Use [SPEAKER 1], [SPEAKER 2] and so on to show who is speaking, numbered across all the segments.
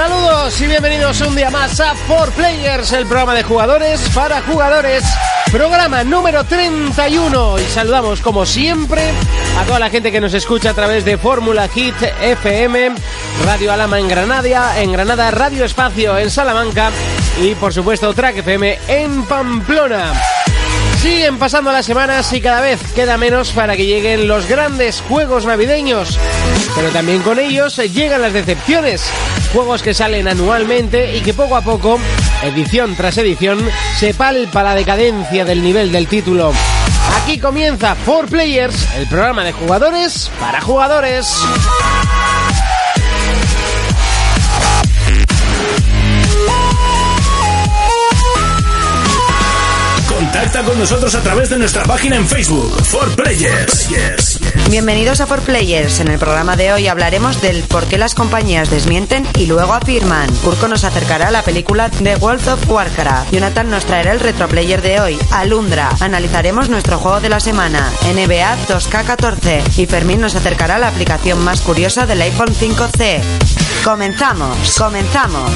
[SPEAKER 1] amigos y bienvenidos un día más a 4Players, el programa de jugadores para jugadores, programa número 31 y saludamos como siempre a toda la gente que nos escucha a través de Fórmula Hit FM, Radio Alama en Granada, en Granada Radio Espacio en Salamanca y por supuesto Track FM en Pamplona. Siguen pasando las semanas y cada vez queda menos para que lleguen los grandes juegos navideños. Pero también con ellos llegan las decepciones. Juegos que salen anualmente y que poco a poco, edición tras edición, se palpa la decadencia del nivel del título. Aquí comienza 4Players, el programa de jugadores para jugadores.
[SPEAKER 2] Contacta con nosotros a través de nuestra página en Facebook, For Players.
[SPEAKER 3] Bienvenidos a For Players. En el programa de hoy hablaremos del por qué las compañías desmienten y luego afirman. Kurko nos acercará a la película The World of Warcraft. Jonathan nos traerá el retroplayer de hoy, Alundra. Analizaremos nuestro juego de la semana, NBA 2K14. Y Fermín nos acercará a la aplicación más curiosa del iPhone 5C. Comenzamos, comenzamos.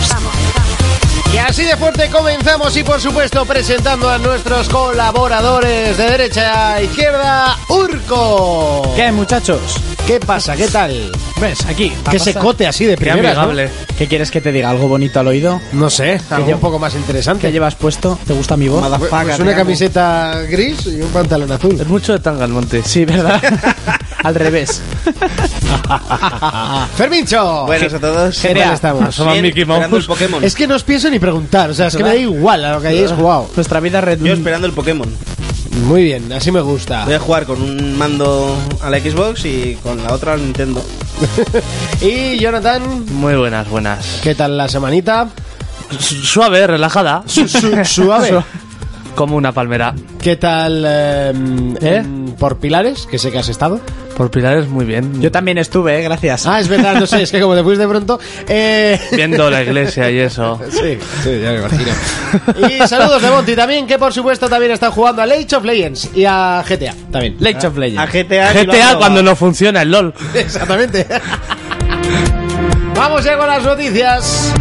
[SPEAKER 1] Y así de fuerte comenzamos y por supuesto presentando a nuestros colaboradores de derecha a izquierda, Urco.
[SPEAKER 4] ¿Qué hay, muchachos?
[SPEAKER 1] ¿Qué pasa? ¿Qué tal?
[SPEAKER 4] ¿Ves? Aquí.
[SPEAKER 1] ¿Qué secote así de
[SPEAKER 4] Qué
[SPEAKER 1] primeras, ¿no?
[SPEAKER 4] ¿Qué quieres que te diga? ¿Algo bonito al oído?
[SPEAKER 1] No sé, algo
[SPEAKER 4] yo-
[SPEAKER 1] un poco más
[SPEAKER 4] ¿Qué
[SPEAKER 1] interesante.
[SPEAKER 4] llevas puesto? ¿Te gusta mi voz?
[SPEAKER 1] Pues una camiseta gris y un pantalón azul.
[SPEAKER 4] mucho de tanga monte. Sí, ¿verdad? al revés.
[SPEAKER 1] Fermincho.
[SPEAKER 5] Buenas a todos.
[SPEAKER 1] ¿Qué tal estamos?
[SPEAKER 5] Bien, esperando el Pokémon.
[SPEAKER 1] Es que no os pienso ni preguntar, o sea, es que me da
[SPEAKER 4] ¿Verdad?
[SPEAKER 1] igual a lo que hayáis jugado.
[SPEAKER 4] Nuestra vida red.
[SPEAKER 5] Yo esperando el Pokémon.
[SPEAKER 1] Muy bien, así me gusta.
[SPEAKER 5] Voy a jugar con un mando a la Xbox y con la otra al Nintendo.
[SPEAKER 1] Y Jonathan,
[SPEAKER 6] Muy buenas, buenas.
[SPEAKER 1] ¿qué tal la semanita?
[SPEAKER 6] Su- Suave, relajada,
[SPEAKER 1] Su- Suave.
[SPEAKER 6] como una palmera.
[SPEAKER 1] ¿Qué tal eh,
[SPEAKER 4] ¿Eh?
[SPEAKER 1] mm, por Pilares? Que sé que has estado.
[SPEAKER 6] Por pilares, muy bien.
[SPEAKER 4] Yo también estuve, ¿eh? gracias.
[SPEAKER 1] Ah, es verdad, no sé, es que como te fuiste de pronto. eh,
[SPEAKER 6] Viendo la iglesia y eso.
[SPEAKER 1] Sí, sí, ya me imagino. Y saludos de Monty también, que por supuesto también está jugando a Age of Legends y a GTA también. Ah.
[SPEAKER 4] Late of Legends.
[SPEAKER 5] A GTA. que lo han
[SPEAKER 6] GTA
[SPEAKER 5] probado.
[SPEAKER 6] cuando no funciona el LOL.
[SPEAKER 1] Exactamente. Vamos ya con las noticias.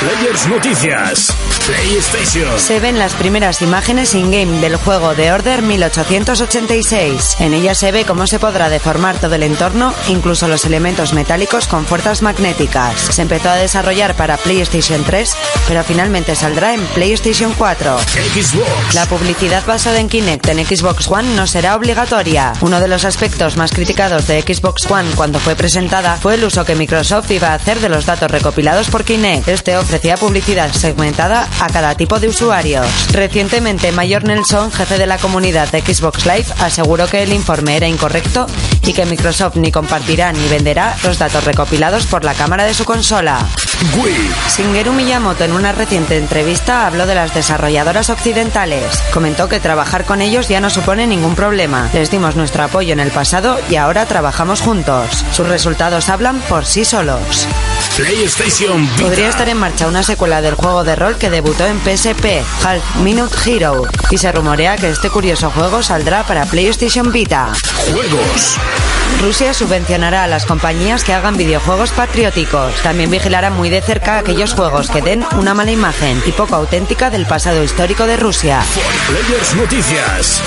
[SPEAKER 2] Players Noticias. PlayStation.
[SPEAKER 3] Se ven las primeras imágenes in-game del juego de Order 1886. En ellas se ve cómo se podrá deformar todo el entorno, incluso los elementos metálicos con fuerzas magnéticas. Se empezó a desarrollar para PlayStation 3, pero finalmente saldrá en PlayStation 4.
[SPEAKER 2] Xbox.
[SPEAKER 3] La publicidad basada en Kinect en Xbox One no será obligatoria. Uno de los aspectos más criticados de Xbox One cuando fue presentada fue el uso que Microsoft iba a hacer de los datos recopilados por Kinect. Este ofrecía publicidad segmentada a cada tipo de usuarios. Recientemente, Mayor Nelson, jefe de la comunidad de Xbox Live, aseguró que el informe era incorrecto y que Microsoft ni compartirá ni venderá los datos recopilados por la cámara de su consola.
[SPEAKER 2] Wii.
[SPEAKER 3] Shigeru Miyamoto en una reciente entrevista habló de las desarrolladoras occidentales. Comentó que trabajar con ellos ya no supone ningún problema. Les dimos nuestro apoyo en el pasado y ahora trabajamos juntos. Sus resultados hablan por sí solos.
[SPEAKER 2] PlayStation Vita.
[SPEAKER 3] Podría estar en marcha una secuela del juego de rol que debutó en PSP, Half Minute Hero, y se rumorea que este curioso juego saldrá para PlayStation Vita.
[SPEAKER 2] Juegos.
[SPEAKER 3] Rusia subvencionará a las compañías que hagan videojuegos patrióticos. También vigilará muy de cerca aquellos juegos que den una mala imagen y poco auténtica del pasado histórico de Rusia.
[SPEAKER 2] Players Noticias.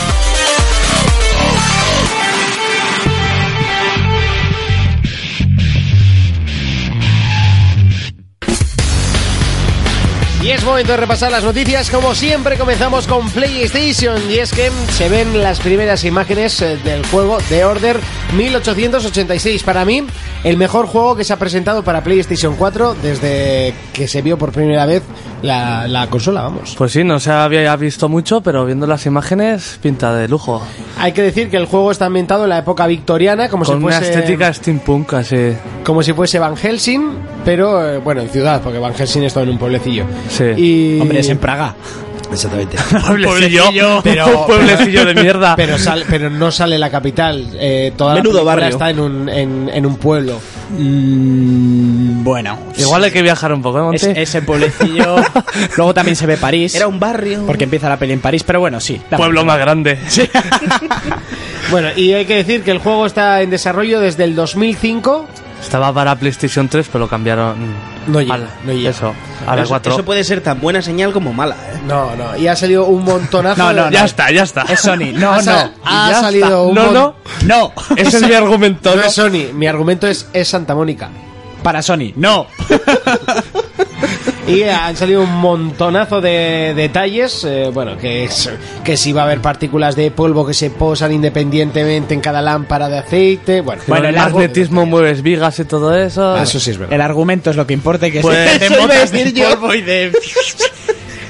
[SPEAKER 1] Y es momento de repasar las noticias. Como siempre, comenzamos con PlayStation. Y es que se ven las primeras imágenes eh, del juego The Order 1886. Para mí, el mejor juego que se ha presentado para PlayStation 4 desde que se vio por primera vez la, la consola, vamos.
[SPEAKER 6] Pues sí, no se había visto mucho, pero viendo las imágenes, pinta de lujo.
[SPEAKER 1] Hay que decir que el juego está ambientado en la época victoriana, como
[SPEAKER 6] Con
[SPEAKER 1] si
[SPEAKER 6] una
[SPEAKER 1] fuese...
[SPEAKER 6] estética steampunk así.
[SPEAKER 1] como si fuese Van Helsing, pero eh, bueno, en ciudad, porque Van Helsing está en un pueblecillo.
[SPEAKER 6] Sí.
[SPEAKER 1] Y-
[SPEAKER 4] Hombre, es en Praga.
[SPEAKER 5] Exactamente.
[SPEAKER 6] Pues Pueblecillo.
[SPEAKER 1] Pues Pero-
[SPEAKER 6] Un pueblecillo de mierda.
[SPEAKER 1] Pero, sal- pero no sale la capital. eh, toda
[SPEAKER 5] Menudo
[SPEAKER 1] la película
[SPEAKER 5] barrio.
[SPEAKER 1] está en un, en, en un pueblo.
[SPEAKER 4] Mm, bueno.
[SPEAKER 6] Igual hay que viajar un poco, ¿eh,
[SPEAKER 4] Es-
[SPEAKER 6] Monty?
[SPEAKER 4] ese pueblecillo. Luego también se ve París.
[SPEAKER 5] Era un barrio.
[SPEAKER 4] Porque empieza la peli en París, pero bueno, sí. La-
[SPEAKER 6] Pueblo más grande.
[SPEAKER 4] Sí.
[SPEAKER 1] Bueno, y hay que decir que el juego está en desarrollo desde el 2005.
[SPEAKER 6] Estaba para PlayStation 3, pero lo cambiaron.
[SPEAKER 1] No llega,
[SPEAKER 6] al-
[SPEAKER 1] no llega.
[SPEAKER 6] Eso, a
[SPEAKER 5] Pero
[SPEAKER 6] la
[SPEAKER 5] eso,
[SPEAKER 6] 4.
[SPEAKER 5] eso puede ser tan buena señal como mala, ¿eh?
[SPEAKER 1] No, no, y ha salido un montonazo.
[SPEAKER 4] No, no,
[SPEAKER 1] de-
[SPEAKER 4] no.
[SPEAKER 6] Ya está, ya está.
[SPEAKER 4] Es Sony.
[SPEAKER 1] Ha
[SPEAKER 4] No,
[SPEAKER 1] sa-
[SPEAKER 4] no.
[SPEAKER 1] ha
[SPEAKER 4] Y ya
[SPEAKER 1] salido
[SPEAKER 4] está.
[SPEAKER 1] un
[SPEAKER 6] No,
[SPEAKER 1] mon-
[SPEAKER 6] no.
[SPEAKER 4] No.
[SPEAKER 6] Ese es mi argumento.
[SPEAKER 1] No
[SPEAKER 6] ¿no?
[SPEAKER 1] es Sony, mi argumento es, es Santa Mónica.
[SPEAKER 4] Para Sony. No.
[SPEAKER 1] Y han salido un montonazo de detalles, eh, bueno, que es- que si va a haber partículas de polvo que se posan independientemente en cada lámpara de aceite, bueno,
[SPEAKER 6] Bueno,
[SPEAKER 4] Bueno,
[SPEAKER 6] el
[SPEAKER 4] el argu-
[SPEAKER 6] magnetismo mueves vigas y todo eso.
[SPEAKER 1] Ah, eso sí es verdad.
[SPEAKER 4] El argumento es lo que importa y que
[SPEAKER 5] Pues-
[SPEAKER 4] se- te
[SPEAKER 5] Eso iba a
[SPEAKER 4] motas
[SPEAKER 5] decir
[SPEAKER 4] de
[SPEAKER 5] yo.
[SPEAKER 4] polvo y de-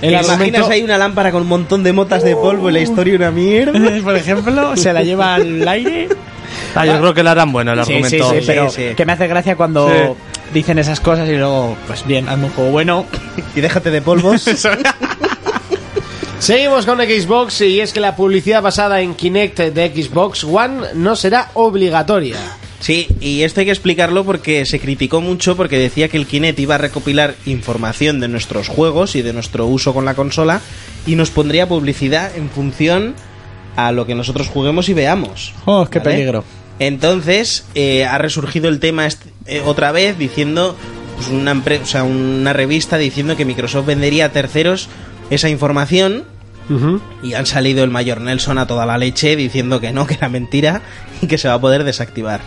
[SPEAKER 1] El
[SPEAKER 5] ¿Te
[SPEAKER 1] argumento-
[SPEAKER 5] imaginas ahí una lámpara con un montón de motas de polvo y la historia una mierda?
[SPEAKER 4] Por ejemplo, se la lleva al aire.
[SPEAKER 6] Ah, yo creo que le harán bueno el
[SPEAKER 4] Sí, sí,
[SPEAKER 6] argumento.
[SPEAKER 4] sí, pero
[SPEAKER 5] Sí, sí.
[SPEAKER 4] que me hace gracia cuando
[SPEAKER 6] Sí.
[SPEAKER 4] dicen esas cosas y luego, pues bien, hazme un juego bueno.
[SPEAKER 5] Y déjate de polvos.
[SPEAKER 1] Seguimos con Xbox y es que la publicidad basada en Kinect de Xbox One no será obligatoria.
[SPEAKER 5] Sí, y esto hay que explicarlo porque se criticó mucho porque decía que el Kinect iba a recopilar información de nuestros juegos y de nuestro uso con la consola y nos pondría publicidad en función a lo que nosotros juguemos y veamos.
[SPEAKER 4] Oh, qué peligro.
[SPEAKER 5] Entonces, eh, ha resurgido el tema est- eh, otra vez diciendo, pues, una, empre- o sea, una revista diciendo que Microsoft vendería a terceros esa información y han salido el mayor Nelson a toda la leche diciendo que no, que era mentira y que se va a poder desactivar.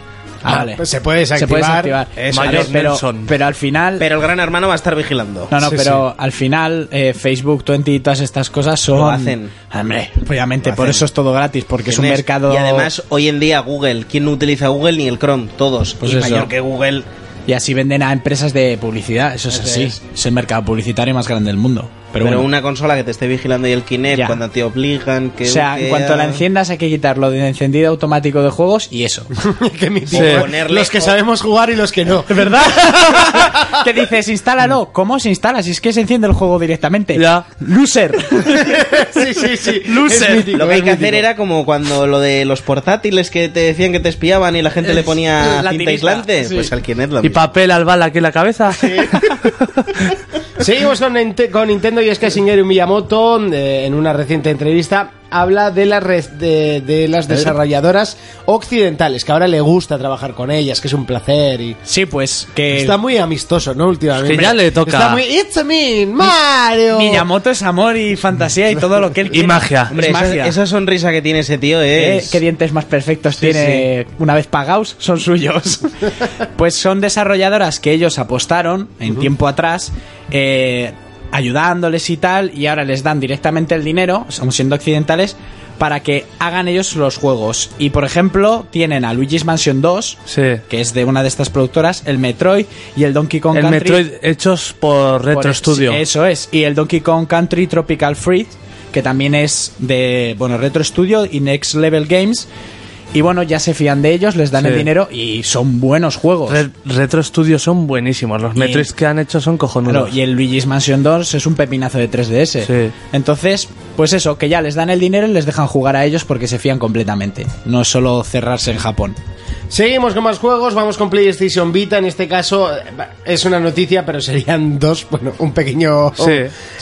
[SPEAKER 4] Ah, vale.
[SPEAKER 1] Pues se puede
[SPEAKER 4] Se puede desactivar.
[SPEAKER 5] Eso,
[SPEAKER 4] A
[SPEAKER 6] Mayor
[SPEAKER 4] ver, pero,
[SPEAKER 6] Nelson.
[SPEAKER 4] pero al final.
[SPEAKER 5] Pero el gran hermano va a estar vigilando.
[SPEAKER 4] no, no,
[SPEAKER 1] Sí,
[SPEAKER 4] pero al final eh, Facebook, Twenty y todas estas cosas son.
[SPEAKER 5] Lo hacen.
[SPEAKER 4] Hombre, obviamente,
[SPEAKER 5] Lo
[SPEAKER 4] por
[SPEAKER 5] hacen.
[SPEAKER 4] eso es todo gratis, porque es un
[SPEAKER 5] ¿Entiendes?
[SPEAKER 4] mercado.
[SPEAKER 5] Y además, hoy en día Google, ¿quién no utiliza Google ni el Chrome? Todos.
[SPEAKER 4] Pues
[SPEAKER 5] y
[SPEAKER 4] eso.
[SPEAKER 5] mayor que Google.
[SPEAKER 4] Y así venden a empresas de publicidad. Eso es
[SPEAKER 5] Ese
[SPEAKER 4] así.
[SPEAKER 5] es.
[SPEAKER 4] Es. el mercado publicitario más grande del mundo. Pero,
[SPEAKER 5] Pero,
[SPEAKER 4] bueno.
[SPEAKER 5] una consola que te esté vigilando y el Kinect
[SPEAKER 4] Ya.
[SPEAKER 5] cuando te obligan que
[SPEAKER 4] O sea, en
[SPEAKER 5] que-
[SPEAKER 4] cuanto la enciendas hay que quitar lo de encendido automático de juegos y eso.
[SPEAKER 1] que mi
[SPEAKER 5] Sí.
[SPEAKER 1] pobre-
[SPEAKER 5] Ponerle-
[SPEAKER 1] los que sabemos jugar y los que no.
[SPEAKER 4] ¿Verdad? que dices, instálalo. ¿Cómo se instala? Si es que se enciende el juego directamente.
[SPEAKER 6] Ya.
[SPEAKER 4] Loser.
[SPEAKER 1] sí, sí, sí.
[SPEAKER 4] Loser.
[SPEAKER 1] Es mítico,
[SPEAKER 5] Lo que hay
[SPEAKER 1] es
[SPEAKER 5] que
[SPEAKER 1] mítico.
[SPEAKER 5] hacer era como cuando lo de los portátiles que te decían que te espiaban y la gente le ponía
[SPEAKER 4] la tirita,
[SPEAKER 5] cinta aislante.
[SPEAKER 4] sí.
[SPEAKER 5] Pues al Kinect lo
[SPEAKER 6] Y
[SPEAKER 5] mismo.
[SPEAKER 6] papel al bala aquí en la cabeza.
[SPEAKER 1] Seguimos con, Ninte- con Nintendo y es que Shigeru Miyamoto, eh, en una reciente entrevista, habla de las, res- de, de las desarrolladoras occidentales, que ahora le gusta trabajar con ellas, que es un placer y...
[SPEAKER 4] Sí, pues que
[SPEAKER 1] Está muy amistoso, ¿no? Últimamente.
[SPEAKER 6] Es que ya le toca.
[SPEAKER 1] Está muy... It's a me, Mario.
[SPEAKER 4] Miyamoto es amor y fantasía y todo lo que él
[SPEAKER 6] Y magia.
[SPEAKER 5] Hombre,
[SPEAKER 4] es
[SPEAKER 5] esa,
[SPEAKER 4] magia.
[SPEAKER 5] esa sonrisa que tiene ese tío
[SPEAKER 6] ¿eh?
[SPEAKER 4] ¿Qué,
[SPEAKER 5] es...
[SPEAKER 4] qué dientes más perfectos tiene una vez pagados? Son suyos. pues son desarrolladoras que ellos apostaron en tiempo atrás, eh, ayudándoles y tal, y ahora les dan directamente el dinero, aun siendo occidentales, para que hagan ellos los juegos. Y por ejemplo, tienen a Luigi's Mansion 2,
[SPEAKER 6] Sí.
[SPEAKER 4] que es de una de estas productoras, el Metroid y el Donkey Kong
[SPEAKER 6] El
[SPEAKER 4] Country.
[SPEAKER 6] Metroid hechos por Retro
[SPEAKER 4] Por-
[SPEAKER 6] Studio.
[SPEAKER 4] sí, Eso es. Y el Donkey Kong Country Tropical Freeze, que también es de, bueno, Retro Studio y Next Level Games. Y bueno, ya se fían de ellos, les dan
[SPEAKER 6] Sí.
[SPEAKER 4] el dinero y son buenos juegos.
[SPEAKER 6] Re- Retro Studio son buenísimos. Los
[SPEAKER 4] Pues- Y-
[SPEAKER 6] Metroids que han hecho son cojonudos.
[SPEAKER 4] Claro, y el Luigi's Mansion 2 es un pepinazo de 3DS.
[SPEAKER 6] Sí.
[SPEAKER 4] Entonces, pues eso, que ya les dan el dinero y les dejan jugar a ellos porque se fían completamente. No es solo cerrarse en Japón.
[SPEAKER 1] Seguimos con más juegos, vamos con PlayStation Vita, en este caso eh, es una noticia, pero serían dos, bueno, un pequeño...
[SPEAKER 6] Sí,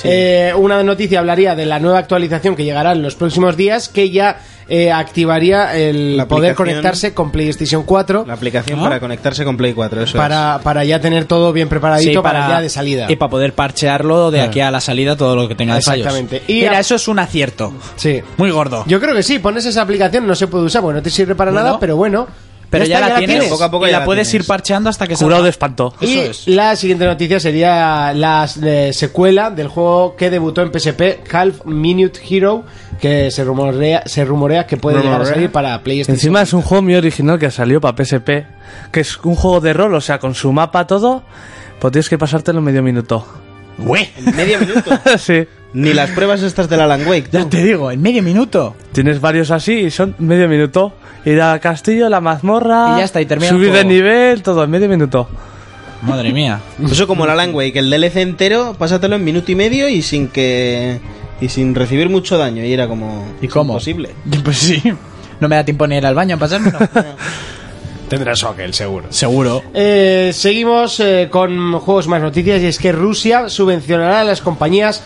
[SPEAKER 1] Eh, una noticia hablaría de la nueva actualización que llegará en los próximos días, que ya eh, activaría el
[SPEAKER 5] La
[SPEAKER 1] poder
[SPEAKER 5] aplicación.
[SPEAKER 1] conectarse con PlayStation 4
[SPEAKER 5] La aplicación
[SPEAKER 4] ¿No?
[SPEAKER 5] para conectarse con Play 4, eso es.
[SPEAKER 1] para, para ya tener todo bien preparadito
[SPEAKER 4] Sí,
[SPEAKER 1] para, ya de salida.
[SPEAKER 4] Y para poder parchearlo de aquí a la salida todo lo que tenga fallos.
[SPEAKER 1] Exactamente. Y
[SPEAKER 4] Mira,
[SPEAKER 1] a-
[SPEAKER 4] eso es un acierto.
[SPEAKER 1] Sí.
[SPEAKER 4] Muy gordo.
[SPEAKER 1] Yo creo que sí, pones esa aplicación, no se puede usar, bueno, no te sirve para
[SPEAKER 4] Bueno.
[SPEAKER 1] nada, pero bueno.
[SPEAKER 4] Pero
[SPEAKER 1] Ya
[SPEAKER 4] ya,
[SPEAKER 1] está,
[SPEAKER 4] la tienes.
[SPEAKER 5] Poco a poco
[SPEAKER 4] y la,
[SPEAKER 5] ya la
[SPEAKER 4] puedes
[SPEAKER 5] tienes.
[SPEAKER 4] ir parcheando hasta que
[SPEAKER 6] Curado
[SPEAKER 4] salga.
[SPEAKER 6] de espanto.
[SPEAKER 1] Y
[SPEAKER 4] Eso es.
[SPEAKER 1] la siguiente noticia sería la eh, secuela del juego que debutó en PSP, Half Minute Hero, que se rumorea, se rumorea que puede llegar a
[SPEAKER 6] Rumorea.
[SPEAKER 1] salir para PlayStation.
[SPEAKER 6] Encima es un juego muy original que salió para PSP. Que es un juego de rol, o sea, con su mapa todo. Pues tienes que pasártelo en medio minuto.
[SPEAKER 4] Güey,
[SPEAKER 5] Medio minuto.
[SPEAKER 6] sí.
[SPEAKER 5] Ni las pruebas estas del Alan Wake. tú.
[SPEAKER 4] ya te digo, en medio minuto.
[SPEAKER 6] Tienes varios así y son medio minuto. Ir al castillo, la mazmorra.
[SPEAKER 4] Y ya está, y termina el
[SPEAKER 6] Subir de
[SPEAKER 4] juego.
[SPEAKER 6] nivel, todo en medio minuto.
[SPEAKER 4] Madre mía.
[SPEAKER 5] Eso como el Alan Wake, el DLC entero, pásatelo en minuto y medio y sin que... Y sin recibir mucho daño. Y era como...
[SPEAKER 4] ¿Y cómo?
[SPEAKER 5] Imposible.
[SPEAKER 4] Pues sí. No me da tiempo ni ir al baño a pasármelo.
[SPEAKER 1] Tendrás aquel, seguro.
[SPEAKER 4] Seguro.
[SPEAKER 1] Eh, seguimos eh, con juegos más noticias y es que Rusia subvencionará a las compañías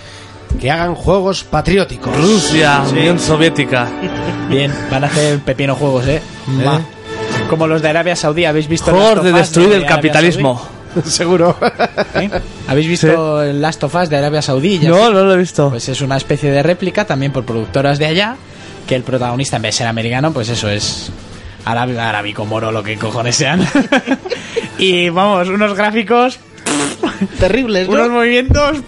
[SPEAKER 1] que hagan juegos patrióticos.
[SPEAKER 6] Rusia, Unión Soviética.
[SPEAKER 4] Bien, van a hacer pepino juegos, ¿eh? Ma. Como los de Arabia Saudí, ¿habéis visto Last
[SPEAKER 6] Juegos
[SPEAKER 4] of
[SPEAKER 6] de
[SPEAKER 4] Us
[SPEAKER 6] destruir el
[SPEAKER 4] Arabia
[SPEAKER 6] capitalismo.
[SPEAKER 1] Seguro.
[SPEAKER 4] Saudí? ¿Eh? ¿Habéis visto el Last of Us de Arabia Saudí? Ya
[SPEAKER 6] No,
[SPEAKER 4] sé.
[SPEAKER 6] no lo he visto.
[SPEAKER 4] Pues es una especie de réplica también por productoras de allá, que el protagonista en vez de ser americano, pues eso es árabe, arábico, moro, lo que cojones sean. y vamos, unos gráficos,
[SPEAKER 5] Terribles, ¿no?
[SPEAKER 4] unos movimientos,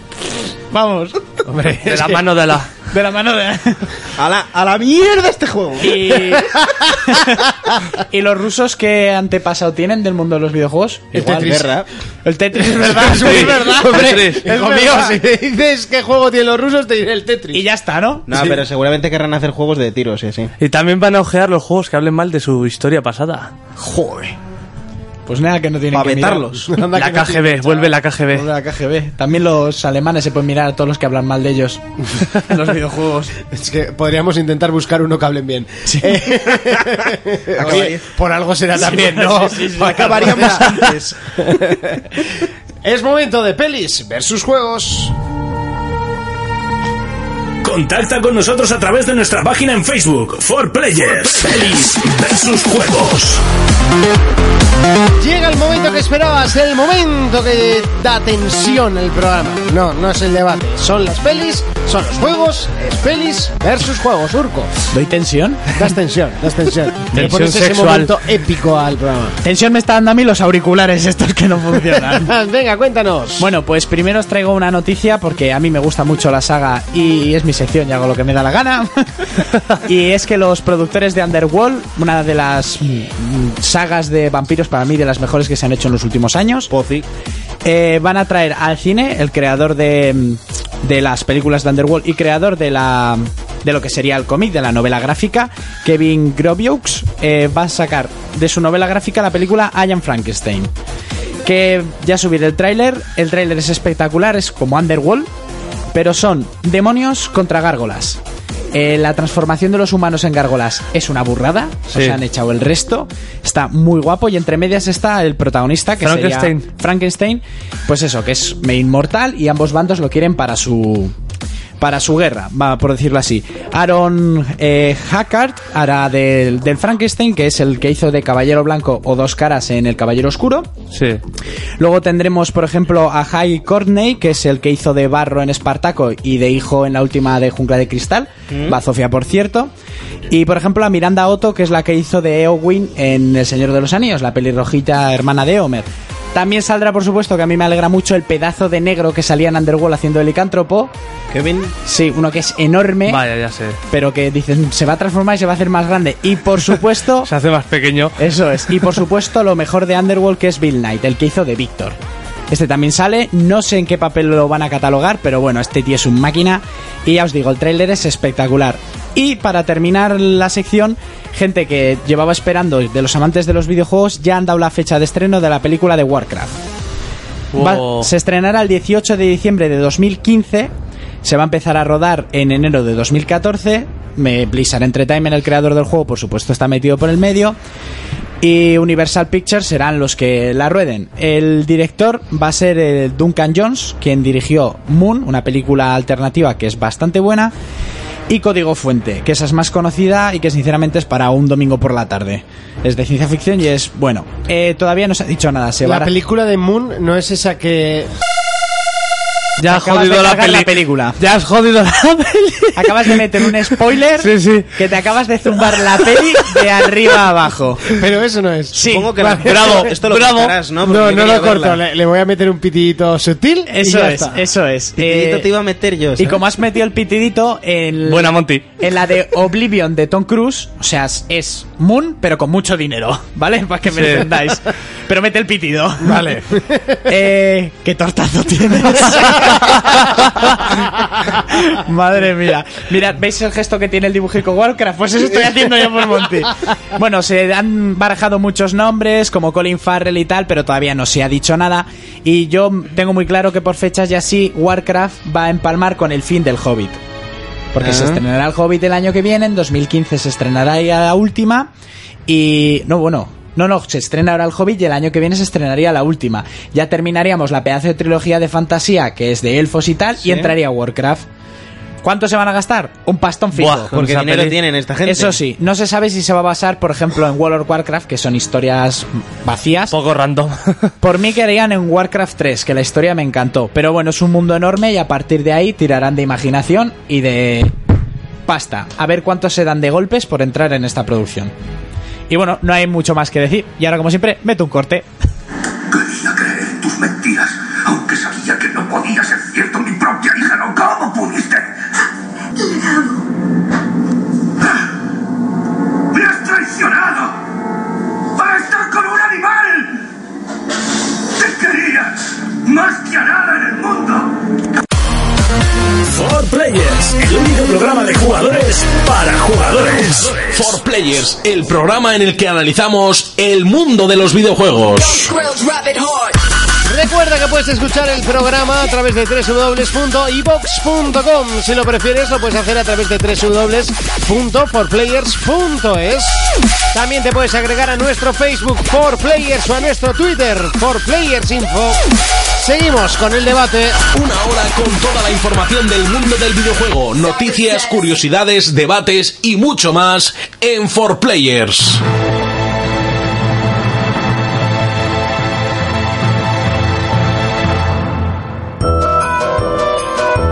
[SPEAKER 4] vamos,
[SPEAKER 1] Hombre,
[SPEAKER 6] De la mano de la.
[SPEAKER 4] de la mano de...
[SPEAKER 5] A la, a la mierda este juego.
[SPEAKER 4] Y... y los rusos que antepasado tienen del mundo de los videojuegos, igual.
[SPEAKER 5] guerra.
[SPEAKER 4] El Tetris es verdad, es verdad.
[SPEAKER 1] Hombre,
[SPEAKER 6] Tetris.
[SPEAKER 1] hijo
[SPEAKER 4] Es
[SPEAKER 1] mío,
[SPEAKER 4] verdad.
[SPEAKER 1] si me dices qué juego tienen los rusos, te diré el
[SPEAKER 4] Y
[SPEAKER 1] Tetris.
[SPEAKER 4] ya está, ¿no?
[SPEAKER 5] No, pero seguramente querrán hacer juegos de tiros, sí, sí.
[SPEAKER 6] Y también van a ojear los juegos que hablen mal de su historia pasada.
[SPEAKER 4] Joder. Pues nada, que no tienen
[SPEAKER 5] Pa'
[SPEAKER 4] que mirar.
[SPEAKER 5] vetarlos.
[SPEAKER 1] Anda
[SPEAKER 6] La
[SPEAKER 1] que no tiene-
[SPEAKER 6] KGB, vuelve la
[SPEAKER 4] Por
[SPEAKER 6] KGB.
[SPEAKER 4] la KGB. También los alemanes se pueden mirar a todos los que hablan mal de ellos. En los videojuegos.
[SPEAKER 1] Es que podríamos intentar buscar uno que hablen bien. Eh, oye, por algo será también, ¿no? Acabaríamos antes. es momento de pelis versus juegos.
[SPEAKER 2] Contacta con nosotros a través de nuestra página en Facebook, For Players, Pelis versus Juegos.
[SPEAKER 1] Llega el momento que esperabas, el momento que da tensión el programa. No, no es el debate, son las pelis, son los juegos, es pelis versus juegos, Urco.
[SPEAKER 4] ¿Doy tensión?
[SPEAKER 1] Das tensión, das tensión. Le
[SPEAKER 6] Tensión
[SPEAKER 1] pones ese
[SPEAKER 6] sexual.
[SPEAKER 1] momento épico al programa.
[SPEAKER 4] Tensión me está dando a mí los auriculares estos que no funcionan.
[SPEAKER 1] Venga, cuéntanos.
[SPEAKER 4] Bueno, pues primero os traigo una noticia porque a mí me gusta mucho la saga y es mi sección y hago lo que me da la gana. y es que los productores de Underworld, una de las mm, sagas de vampiros para mí de las mejores que se han hecho en los últimos años,
[SPEAKER 5] Pozi.
[SPEAKER 4] eh, van a traer al cine el creador de, mm, de las películas de Underworld y creador de la mm, de lo que sería el cómic, de la novela gráfica, Kevin Grobieux eh, va a sacar de su novela gráfica la película I Am Frankenstein. Que ya subiré el tráiler, el tráiler es espectacular, es como Underworld, pero son demonios contra gárgolas. Eh, la transformación de los humanos en gárgolas es una burrada,
[SPEAKER 6] Sí.
[SPEAKER 4] se han echado el resto, está muy guapo y entre medias está el protagonista que sería-
[SPEAKER 6] Frankenstein.
[SPEAKER 4] Frankenstein, pues eso, que es inmortal y ambos bandos lo quieren para su para su guerra, va, por decirlo así. Aaron eh, Hackard hará del, del Frankenstein, que es el que hizo de Caballero Blanco o Dos Caras en El Caballero Oscuro.
[SPEAKER 6] Sí.
[SPEAKER 4] Luego tendremos, por ejemplo, a Jai Courtney, que es el que hizo de Barro en Espartaco y de Hijo en la última de Jungla de Cristal. Bazofia, por cierto. Y, por ejemplo, a Miranda Otto, que es la que hizo de Eowyn en El Señor de los Anillos, la pelirrojita hermana de Homer. También saldrá, por supuesto, que a mí me alegra mucho el pedazo de negro que salía en Underworld haciendo el licántropo.
[SPEAKER 5] Kevin.
[SPEAKER 4] Sí, uno que es
[SPEAKER 1] ¿Eh?
[SPEAKER 4] enorme,
[SPEAKER 6] Vaya, ya sé.
[SPEAKER 4] pero que dicen, se va a transformar y se va a hacer más grande. Y, por supuesto...
[SPEAKER 6] Se hace más pequeño.
[SPEAKER 4] Eso es. Y por supuesto, lo mejor de Underworld que es Bill Knight, el que hizo de Víctor. Este también sale, no sé en qué papel lo van a catalogar, pero bueno, este tío es un máquina. Y ya os digo, el tráiler es espectacular. Y para terminar la sección, gente que llevaba esperando de los amantes de los videojuegos, ya han dado la fecha de estreno de la película de Warcraft. Va-
[SPEAKER 6] Wow.
[SPEAKER 4] se estrenará el 18 de diciembre de 2015. Se va a empezar a rodar en enero de 2014. Me, Blizzard Entertainment, el creador del juego, por supuesto, está metido por el medio. Y Universal Pictures serán los que la rueden. El director va a ser eh, Duncan Jones, quien dirigió Moon, una película alternativa que es bastante buena. Y Código Fuente, que esa es más conocida y que sinceramente es para un domingo por la tarde. Es de ciencia ficción y es bueno. eh, todavía no se ha dicho nada. Se va
[SPEAKER 1] la
[SPEAKER 4] a-
[SPEAKER 1] película de Moon no es esa que...
[SPEAKER 6] Ya has
[SPEAKER 4] Acabas
[SPEAKER 6] jodido
[SPEAKER 4] de
[SPEAKER 6] la,
[SPEAKER 4] cargar
[SPEAKER 6] peli-
[SPEAKER 4] la película.
[SPEAKER 6] Ya has jodido la peli.
[SPEAKER 4] Acabas de meter un spoiler
[SPEAKER 6] Sí, sí.
[SPEAKER 4] que te acabas de zumbar la peli de arriba a abajo.
[SPEAKER 1] Pero eso no es.
[SPEAKER 5] Supongo que
[SPEAKER 6] vale.
[SPEAKER 5] la-
[SPEAKER 6] Bravo,
[SPEAKER 5] esto lo
[SPEAKER 6] bravo.
[SPEAKER 5] cortarás, ¿no?
[SPEAKER 1] No,
[SPEAKER 5] Porque
[SPEAKER 1] no, lo
[SPEAKER 5] yo quería
[SPEAKER 1] corto.
[SPEAKER 5] verla.
[SPEAKER 1] Le, le voy a meter un pitidito sutil. y
[SPEAKER 4] Eso
[SPEAKER 1] ya
[SPEAKER 4] es,
[SPEAKER 1] está.
[SPEAKER 4] eso es.
[SPEAKER 5] Pitidito
[SPEAKER 4] Eh,
[SPEAKER 5] te iba a meter yo.
[SPEAKER 4] y
[SPEAKER 5] ¿sabes?
[SPEAKER 4] como has metido el pitidito en,
[SPEAKER 6] Buena, Monty.
[SPEAKER 4] en la de Oblivion de Tom Cruise, o sea, es- es Moon, pero con mucho dinero, ¿vale? Para que me
[SPEAKER 6] Sí.
[SPEAKER 4] entendáis. Pero mete el pitido. Vale. Eh, ¿Qué tortazo tienes? Madre mía. Mirad, ¿veis el gesto que tiene el dibujico Warcraft? Pues eso estoy haciendo yo por Monty. Bueno, se han barajado muchos nombres, como Colin Farrell y tal, pero todavía no se ha dicho nada. Y yo tengo muy claro que por fechas y así, Warcraft va a empalmar con el fin del Hobbit. Porque se
[SPEAKER 5] Ah.
[SPEAKER 4] estrenará el Hobbit el año que viene, en 2015 se estrenará ya la última. Y. No, bueno. No, no, se estrena ahora el Hobbit y el año que viene se estrenaría la última. Ya terminaríamos la pedazo de trilogía de fantasía, que es de elfos y tal, y entraría Warcraft. ¿Cuánto se van a gastar? Un pastón fijo.
[SPEAKER 5] Buah, porque
[SPEAKER 6] esa
[SPEAKER 5] dinero
[SPEAKER 6] peli-
[SPEAKER 5] tienen esta gente.
[SPEAKER 4] Eso sí, no se sabe si se va a basar, por ejemplo, en World of Warcraft, que son historias vacías.
[SPEAKER 6] Poco random.
[SPEAKER 4] Por mí que harían en Warcraft 3, que la historia me encantó. Pero bueno, es un mundo enorme y a partir de ahí tirarán de imaginación y de pasta. A ver cuántos se dan de golpes por entrar en esta producción. Y bueno, no hay mucho más que decir. Y ahora, como siempre, meto un corte.
[SPEAKER 7] Quería creer en tus mentiras, aunque sabía que no podía ser cierto. Mi propia hija no, ¿cómo pudiste? ¡Me has traicionado! ¡Para estar con un animal! ¡Te quería más que a nada en el mundo!
[SPEAKER 2] For Players, el único programa de jugadores para jugadores.
[SPEAKER 8] For Players, el programa en el que analizamos el mundo de los videojuegos.
[SPEAKER 1] Recuerda que puedes escuchar el programa a través de www.ibox.com. Si lo prefieres, lo puedes hacer a través de www.forplayers.es. También te puedes agregar a nuestro Facebook For Players o a nuestro Twitter For Players Info. Seguimos con el debate.
[SPEAKER 8] Una hora con toda la información del mundo del videojuego, noticias, curiosidades, debates y mucho más en For Players.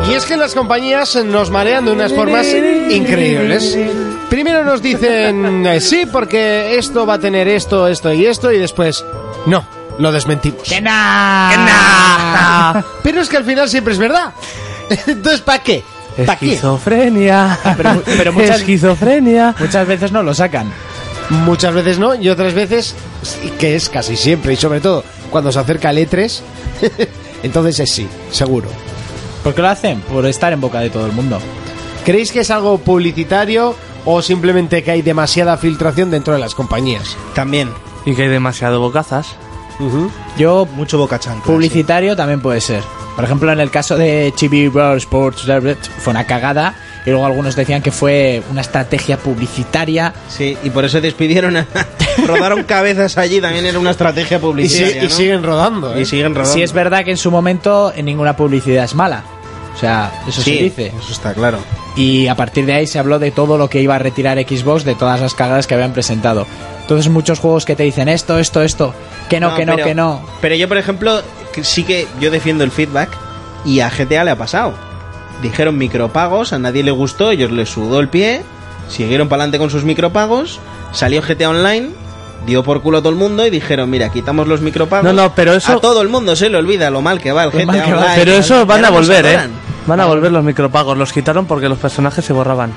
[SPEAKER 1] Y es que las compañías nos marean de unas formas increíbles. Primero nos dicen eh, sí porque esto va a tener esto, esto y esto y después no, lo desmentimos. Pero es que al final siempre es verdad. Entonces, ¿para qué? ¿Para qué?
[SPEAKER 6] Esquizofrenia.
[SPEAKER 4] Pero mu- pero muchas-
[SPEAKER 6] Esquizofrenia.
[SPEAKER 4] Muchas veces no lo sacan.
[SPEAKER 1] Muchas veces no y otras veces, sí, que es casi siempre, y sobre todo cuando se acerca el E3, entonces es sí, seguro.
[SPEAKER 4] ¿Por qué lo hacen? Por estar en boca de todo el mundo.
[SPEAKER 1] ¿Creéis que es algo publicitario o simplemente que hay demasiada filtración dentro de las compañías?
[SPEAKER 5] También,
[SPEAKER 6] Y que hay demasiado bocazas.
[SPEAKER 4] Yo,
[SPEAKER 5] mucho boca chancla.
[SPEAKER 4] publicitario también puede ser. Por ejemplo, en el caso de Chibi World Sports Direct, fue una cagada. Y luego algunos decían que fue una estrategia publicitaria.
[SPEAKER 5] Sí, y por eso despidieron a... Rodaron cabezas allí, también era una estrategia
[SPEAKER 1] Y, si-
[SPEAKER 5] publicitaria,
[SPEAKER 1] y
[SPEAKER 5] ¿no?
[SPEAKER 1] siguen rodando. ¿eh?
[SPEAKER 5] Y siguen rodando.
[SPEAKER 4] Si es verdad que en su momento en ninguna publicidad es mala. O sea, eso
[SPEAKER 5] Sí,
[SPEAKER 4] se dice.
[SPEAKER 5] eso está claro.
[SPEAKER 4] Y a partir de ahí se habló de todo lo que iba a retirar Xbox, de todas las cagadas que habían presentado. Entonces muchos juegos que te dicen esto, esto, esto, que no, que no,
[SPEAKER 5] pero-
[SPEAKER 4] que no.
[SPEAKER 5] Pero yo, por ejemplo, que sí que yo defiendo el feedback y a GTA le ha pasado. Dijeron micropagos, a nadie le gustó, ellos les sudó el pie, siguieron para adelante con sus micropagos, salió GTA Online, dio por culo a todo el mundo y dijeron, mira, quitamos los micropagos.
[SPEAKER 6] No, no, pero eso-
[SPEAKER 5] A todo el mundo se le olvida lo mal que va el GTA
[SPEAKER 4] mal que va.
[SPEAKER 5] Online.
[SPEAKER 6] Pero eso van a
[SPEAKER 5] Ahora nos
[SPEAKER 6] volver, ¿eh?
[SPEAKER 5] adoran.
[SPEAKER 6] Van a volver los micropagos. Los quitaron porque los personajes se borraban.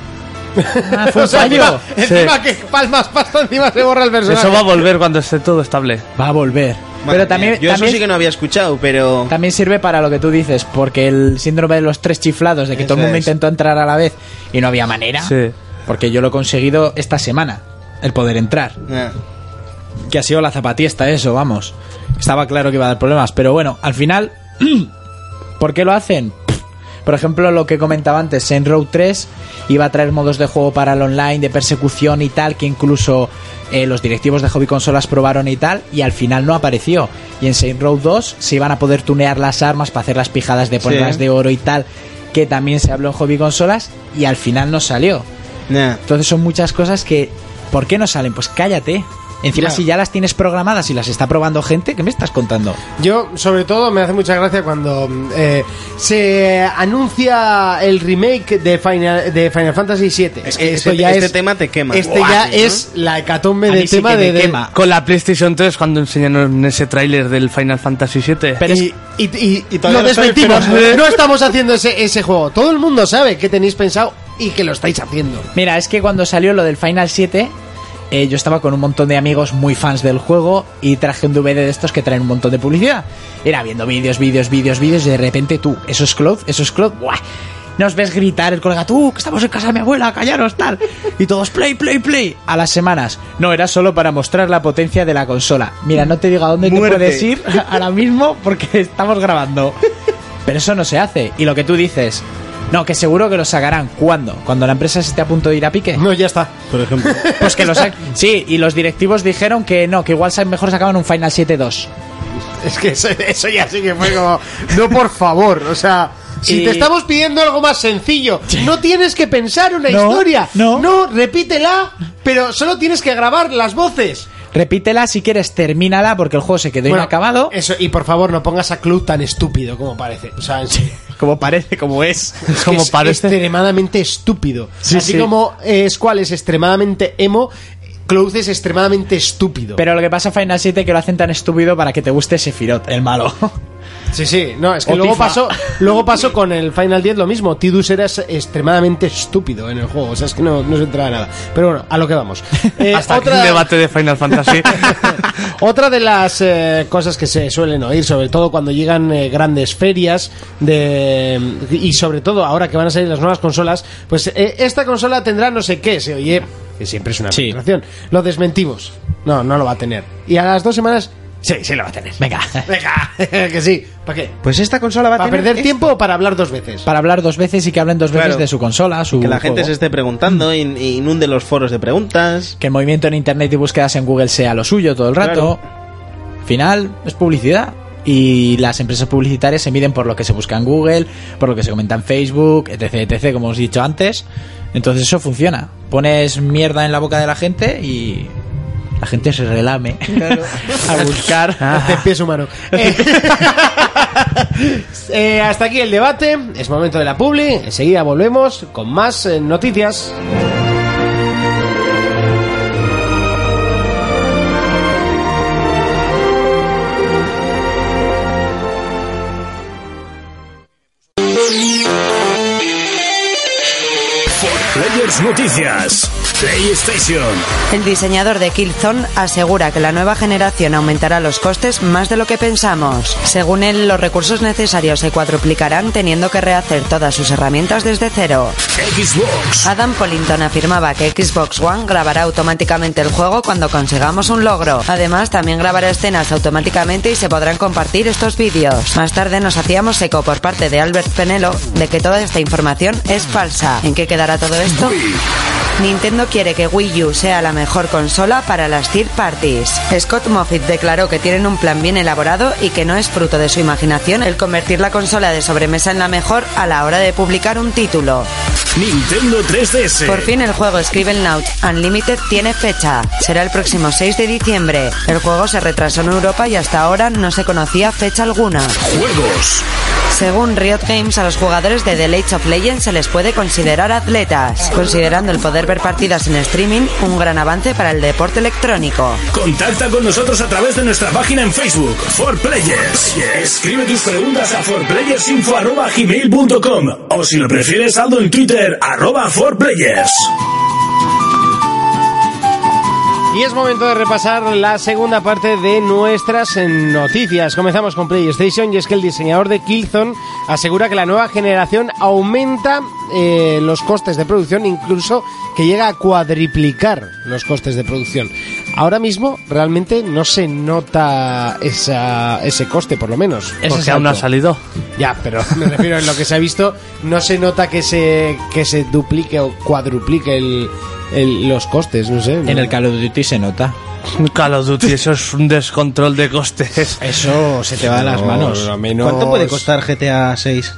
[SPEAKER 4] Ah, fue un fallo.
[SPEAKER 1] Encima, encima que palmas pasta, encima se borra el personaje.
[SPEAKER 6] Eso va a volver cuando esté todo estable.
[SPEAKER 4] Va a volver.
[SPEAKER 5] Madre
[SPEAKER 4] Pero también,
[SPEAKER 5] mía, eh, Yo
[SPEAKER 4] también,
[SPEAKER 5] eso sí que no había escuchado, pero...
[SPEAKER 4] también sirve para lo que tú dices, porque el síndrome de los tres chiflados, de que todo el
[SPEAKER 5] Eso
[SPEAKER 4] mundo
[SPEAKER 5] es.
[SPEAKER 4] intentó entrar a la vez y no había manera,
[SPEAKER 1] Ah.
[SPEAKER 6] Sí.
[SPEAKER 4] porque yo lo he conseguido esta semana, el poder entrar.
[SPEAKER 5] Ah,
[SPEAKER 4] que ha sido la zapatiesta eso, vamos. Estaba claro que iba a dar problemas, pero bueno, al final, ¿por qué lo hacen? Por ejemplo, lo que comentaba antes, en Road 3 iba a traer modos de juego para el online, de persecución y tal, que incluso eh, los directivos de Hobby Consolas probaron y tal, y al final no apareció. Y en Saint Road 2 se iban a poder tunear las armas para hacer las pijadas de ponerlas
[SPEAKER 5] Sí.
[SPEAKER 4] de oro y tal, que también se habló en Hobby Consolas, y al final no salió.
[SPEAKER 5] nah.
[SPEAKER 4] Entonces son muchas cosas que... ¿Por qué no salen? Pues cállate. Encima si ya las tienes programadas y las está probando gente, ¿qué me estás contando?
[SPEAKER 1] Yo, sobre todo, me hace mucha gracia cuando mm, eh, se anuncia el remake de Final, de Final Fantasy VII.
[SPEAKER 5] Es que este- este tema te quema.
[SPEAKER 1] Este
[SPEAKER 5] Buah,
[SPEAKER 1] ya
[SPEAKER 5] sí, ¿no?
[SPEAKER 1] es la hecatombe
[SPEAKER 4] A mí
[SPEAKER 1] del
[SPEAKER 4] sí
[SPEAKER 1] tema
[SPEAKER 4] que me
[SPEAKER 1] de. de-
[SPEAKER 4] quema.
[SPEAKER 6] Ah. Con la PlayStation 3 cuando enseñaron ese tráiler del Final Fantasy VII.
[SPEAKER 4] Pero
[SPEAKER 1] y, y- y- y lo
[SPEAKER 5] todavía lo estáis
[SPEAKER 1] desmentimos.
[SPEAKER 5] esperando, ¿eh?
[SPEAKER 1] No estamos haciendo ese, ese juego. Todo el mundo sabe que tenéis pensado y que lo estáis haciendo.
[SPEAKER 4] Mira, es que cuando salió lo del Final 7, eh, yo estaba con un montón de amigos muy fans del juego y traje un DVD de estos que traen un montón de publicidad. Era viendo vídeos, vídeos, vídeos, vídeos y de repente tú, eso es Cloud, eso es Cloud, ¡buah! Nos ves gritar el colega, tú, que estamos en casa de mi abuela, callaros, tal. Y todos, play, play, play. A las semanas. No, era solo para mostrar la potencia de la consola. Mira, no te digo a dónde
[SPEAKER 5] Muerte.
[SPEAKER 4] te puedes ir ahora mismo porque estamos grabando. Pero eso no se hace. Y lo que tú dices, no, que seguro que lo sacarán. ¿Cuándo? ¿Cuando la empresa se esté a punto de ir a pique?
[SPEAKER 1] No, ya está.
[SPEAKER 5] Por ejemplo.
[SPEAKER 4] Pues que lo saquen. Sí, y los directivos dijeron que no, que igual sa- mejor sacaban un Final 7-2.
[SPEAKER 1] Es que eso, eso ya sí que fue como. No, por favor. O sea. Si
[SPEAKER 4] Y-
[SPEAKER 1] te estamos pidiendo algo más sencillo, no tienes que pensar una
[SPEAKER 4] No,
[SPEAKER 1] historia.
[SPEAKER 4] no.
[SPEAKER 1] No, repítela, pero solo tienes que grabar las voces.
[SPEAKER 4] Repítela si quieres, termínala porque el juego se quedó
[SPEAKER 1] Bueno,
[SPEAKER 4] inacabado.
[SPEAKER 1] Eso, y por favor, no pongas a Club tan estúpido como parece. O sea, en serio.
[SPEAKER 4] Como parece, como es. este-
[SPEAKER 1] Es que
[SPEAKER 6] Como
[SPEAKER 1] es
[SPEAKER 6] parece.
[SPEAKER 1] extremadamente estúpido.
[SPEAKER 6] Sí,
[SPEAKER 1] Así
[SPEAKER 6] sí.
[SPEAKER 1] como eh, Squall es extremadamente emo, Cloud es extremadamente estúpido.
[SPEAKER 4] Pero lo que pasa en Final 7 que lo hacen tan estúpido para que te guste Sephiroth, el malo.
[SPEAKER 1] sí, sí, no, es que
[SPEAKER 4] O
[SPEAKER 1] luego
[SPEAKER 4] Tifa.
[SPEAKER 1] pasó, luego pasó con el Final 10 lo mismo. Tidus era es- extremadamente estúpido en el juego. O sea, es que no, no se entraba nada. Pero bueno, a lo que vamos. Eh,
[SPEAKER 6] Hasta aquí
[SPEAKER 1] otra-
[SPEAKER 6] el debate de Final Fantasy.
[SPEAKER 1] Otra de las eh, cosas que se suelen oír, sobre todo cuando llegan eh, grandes ferias de y sobre todo ahora que van a salir las nuevas consolas, pues eh, esta consola tendrá no sé qué, se oye, que siempre es una
[SPEAKER 4] Sí.
[SPEAKER 1] filtración. Lo desmentimos. No, no lo va a tener. Y a las dos semanas, sí, sí lo va a tener.
[SPEAKER 4] Venga.
[SPEAKER 1] Venga, que sí. ¿Para qué?
[SPEAKER 5] Pues esta consola va a
[SPEAKER 1] ¿Para
[SPEAKER 5] tener
[SPEAKER 1] perder
[SPEAKER 5] esto.
[SPEAKER 1] tiempo o para hablar dos veces?
[SPEAKER 4] Para hablar dos veces y que hablen dos veces
[SPEAKER 5] Claro.
[SPEAKER 4] de su consola, su
[SPEAKER 5] Que la gente
[SPEAKER 4] juego.
[SPEAKER 5] se esté preguntando e inunde los foros de preguntas.
[SPEAKER 4] Que el movimiento en internet y búsquedas en Google sea lo suyo todo el rato. Final, es publicidad. Y las empresas publicitarias se miden por lo que se busca en Google, por lo que se comenta en Facebook, etc, etc, como os he dicho antes. Entonces eso funciona. Pones mierda en la boca de la gente y la gente se relame a buscar.
[SPEAKER 1] Este pie es humano. Eh, eh, hasta aquí el debate. Es momento de la publi. Enseguida volvemos con más eh, noticias.
[SPEAKER 2] Players Noticias. PlayStation.
[SPEAKER 3] El diseñador de Killzone asegura que la nueva generación aumentará los costes más de lo que pensamos. Según él, los recursos necesarios se cuadruplicarán teniendo que rehacer todas sus herramientas desde cero.
[SPEAKER 2] Xbox.
[SPEAKER 3] Adam Pollington afirmaba que Xbox One grabará automáticamente el juego cuando consigamos un logro. Además, también grabará escenas automáticamente y se podrán compartir estos vídeos. Más tarde nos hacíamos eco por parte de Albert Penelo de que toda esta información es falsa. ¿En qué quedará todo esto? Nintendo quiere que Wii U sea la mejor consola para las third parties. Scott Moffitt declaró que tienen un plan bien elaborado y que no es fruto de su imaginación el convertir la consola de sobremesa en la mejor a la hora de publicar un título.
[SPEAKER 2] Nintendo 3DS.
[SPEAKER 3] Por fin el juego Scribble Out Unlimited tiene fecha. Será el próximo 6 de diciembre. El juego se retrasó en Europa y hasta ahora no se conocía fecha alguna.
[SPEAKER 2] Juegos.
[SPEAKER 3] Según Riot Games, a los jugadores de The Age of Legends se les puede considerar atletas, considerando el poder ver partidas en streaming un gran avance para el deporte electrónico.
[SPEAKER 2] Contacta con nosotros a través de nuestra página en Facebook, For Players. Escribe tus preguntas a forplayersinfo@gmail.com o si lo prefieres saldo en Twitter arroba forplayers.
[SPEAKER 1] Y es momento de repasar la segunda parte de nuestras eh, noticias. Comenzamos con PlayStation y es que el diseñador de Killzone asegura que la nueva generación aumenta eh, los costes de producción, incluso que llega a cuadriplicar los costes de producción. Ahora mismo realmente no se nota esa, ese coste, por lo menos.
[SPEAKER 6] Porque aún no ha salido.
[SPEAKER 1] Ya, pero me refiero en lo que se ha visto, no se nota que se, que se duplique o cuadruplique el, el- los costes, no sé.
[SPEAKER 4] En el Call of Duty se nota.
[SPEAKER 6] Call of Duty, eso es un descontrol de costes.
[SPEAKER 1] Eso se te
[SPEAKER 5] va de las manos.
[SPEAKER 1] a menos-
[SPEAKER 5] ¿Cuánto puede costar GTA 6?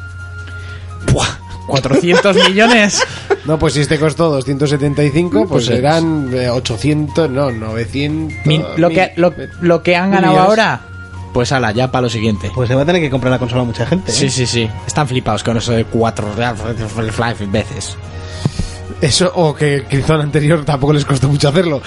[SPEAKER 4] 400 millones.
[SPEAKER 1] No, pues si este costó 275, pues
[SPEAKER 4] Pues es.
[SPEAKER 1] serán eh, 800, no, 900.
[SPEAKER 4] Mi- lo, que, lo,
[SPEAKER 1] mil-
[SPEAKER 4] lo que han ganado
[SPEAKER 1] millas.
[SPEAKER 4] ahora, pues ala, ya para lo siguiente.
[SPEAKER 5] Pues se va a tener que comprar la consola a mucha gente. ¿eh?
[SPEAKER 4] Sí, sí, sí. Están flipados con eso de cuatro veces.
[SPEAKER 1] Eso, o que el Killzone anterior tampoco les costó mucho hacerlo.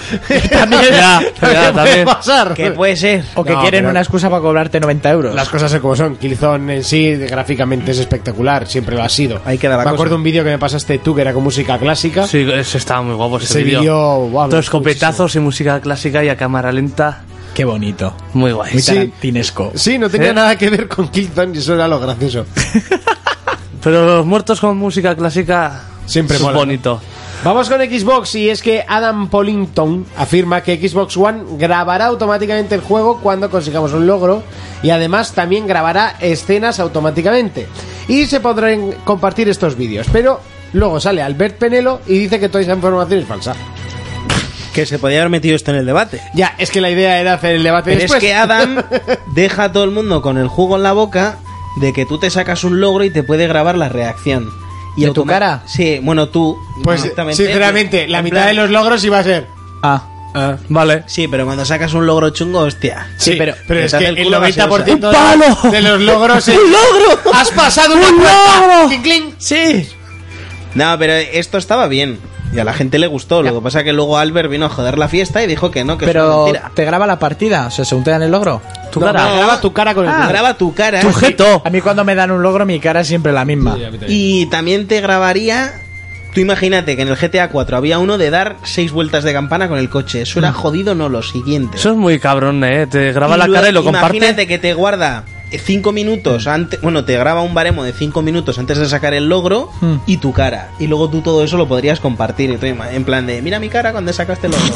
[SPEAKER 1] también,
[SPEAKER 6] Ya, ya,
[SPEAKER 1] puede
[SPEAKER 6] también.
[SPEAKER 1] pasar.
[SPEAKER 5] ¿Qué puede ser?
[SPEAKER 4] O que pues-
[SPEAKER 1] No,
[SPEAKER 4] quieren
[SPEAKER 1] pero-
[SPEAKER 4] una excusa para cobrarte 90 euros.
[SPEAKER 1] Las cosas son como son. Killzone en sí, gráficamente es espectacular, siempre lo ha sido.
[SPEAKER 5] Ahí queda la
[SPEAKER 1] Me
[SPEAKER 5] cosa.
[SPEAKER 1] acuerdo un vídeo que me pasaste tú, que era con música clásica.
[SPEAKER 6] Sí, ese estaba muy guapo ese
[SPEAKER 1] Ese vídeo,
[SPEAKER 6] vídeo.
[SPEAKER 1] wow,
[SPEAKER 6] Dos escopetazos y música clásica y a cámara lenta.
[SPEAKER 4] Qué bonito.
[SPEAKER 6] Muy guay.
[SPEAKER 4] Muy
[SPEAKER 1] Sí.
[SPEAKER 4] tarantinesco.
[SPEAKER 1] Sí, no tenía
[SPEAKER 6] ¿Eh?
[SPEAKER 1] nada que ver con Killzone y eso era lo gracioso.
[SPEAKER 6] Pero los muertos con música clásica
[SPEAKER 1] Siempre
[SPEAKER 6] es
[SPEAKER 1] mola, ¿no?
[SPEAKER 6] bonito.
[SPEAKER 1] Vamos con Xbox y es que Adam Pollington afirma que Xbox One grabará automáticamente el juego cuando consigamos un logro y además también grabará escenas automáticamente y se podrán compartir estos vídeos, pero luego sale Albert Penelo y dice que toda esa información es falsa.
[SPEAKER 5] Que se podía haber metido esto en el debate.
[SPEAKER 1] Ya, es que la idea era hacer el debate
[SPEAKER 5] Pero
[SPEAKER 1] después.
[SPEAKER 5] es que Adam deja a todo el mundo con el jugo en la boca de que tú te sacas un logro y te puede grabar la reacción. Y
[SPEAKER 4] ¿De tu
[SPEAKER 5] automa-
[SPEAKER 4] cara?
[SPEAKER 5] Sí, bueno, tú.
[SPEAKER 1] Pues,
[SPEAKER 5] directamente,
[SPEAKER 1] sinceramente, la
[SPEAKER 5] en
[SPEAKER 1] mitad
[SPEAKER 5] plan-
[SPEAKER 1] de los logros iba a ser.
[SPEAKER 4] Ah,
[SPEAKER 6] Vale.
[SPEAKER 5] Sí, pero cuando sacas un logro chungo, hostia.
[SPEAKER 1] Sí, pero,
[SPEAKER 4] pero-
[SPEAKER 1] pero
[SPEAKER 5] te
[SPEAKER 1] es
[SPEAKER 5] hace
[SPEAKER 1] que el
[SPEAKER 5] el culo
[SPEAKER 1] 90% de,
[SPEAKER 6] gaseosa. ¡Un palo!
[SPEAKER 1] de los logros es.
[SPEAKER 6] ¡Un logro!
[SPEAKER 1] ¡Has pasado una
[SPEAKER 6] ¡Un
[SPEAKER 1] puerta!
[SPEAKER 6] logro!
[SPEAKER 1] ¡Clink, clink!
[SPEAKER 6] Sí.
[SPEAKER 5] No, pero esto estaba bien. Y a la gente le gustó. Lo que pasa que luego Albert vino a joder la fiesta y dijo que no, que es una
[SPEAKER 4] pero
[SPEAKER 5] mentira.
[SPEAKER 4] te graba la partida, o sea, según te dan el logro.
[SPEAKER 6] Ah, Tu
[SPEAKER 1] No,
[SPEAKER 6] cara.
[SPEAKER 1] me graba tu cara con el
[SPEAKER 5] Te
[SPEAKER 1] dedo.
[SPEAKER 5] Ah. graba tu cara.
[SPEAKER 6] Tu jeto.
[SPEAKER 4] A mí cuando me dan un logro mi cara es siempre la misma.
[SPEAKER 5] Y también te grabaría. Tú imagínate que en el GTA 4 había uno de dar seis vueltas de campana con el coche. Eso era jodido, no lo siguiente.
[SPEAKER 6] Mm. Eso es muy cabrón, eh. Te graba
[SPEAKER 5] Y
[SPEAKER 6] la
[SPEAKER 5] luego,
[SPEAKER 6] cara y lo comparte. Mm.
[SPEAKER 5] Imagínate que te guarda cinco minutos antes. Bueno, te graba un baremo de cinco minutos antes de sacar el logro
[SPEAKER 6] Mm.
[SPEAKER 5] y tu cara. Y luego tú todo eso lo podrías compartir. Y tú ima- en plan de, mira mi cara cuando sacaste el logro.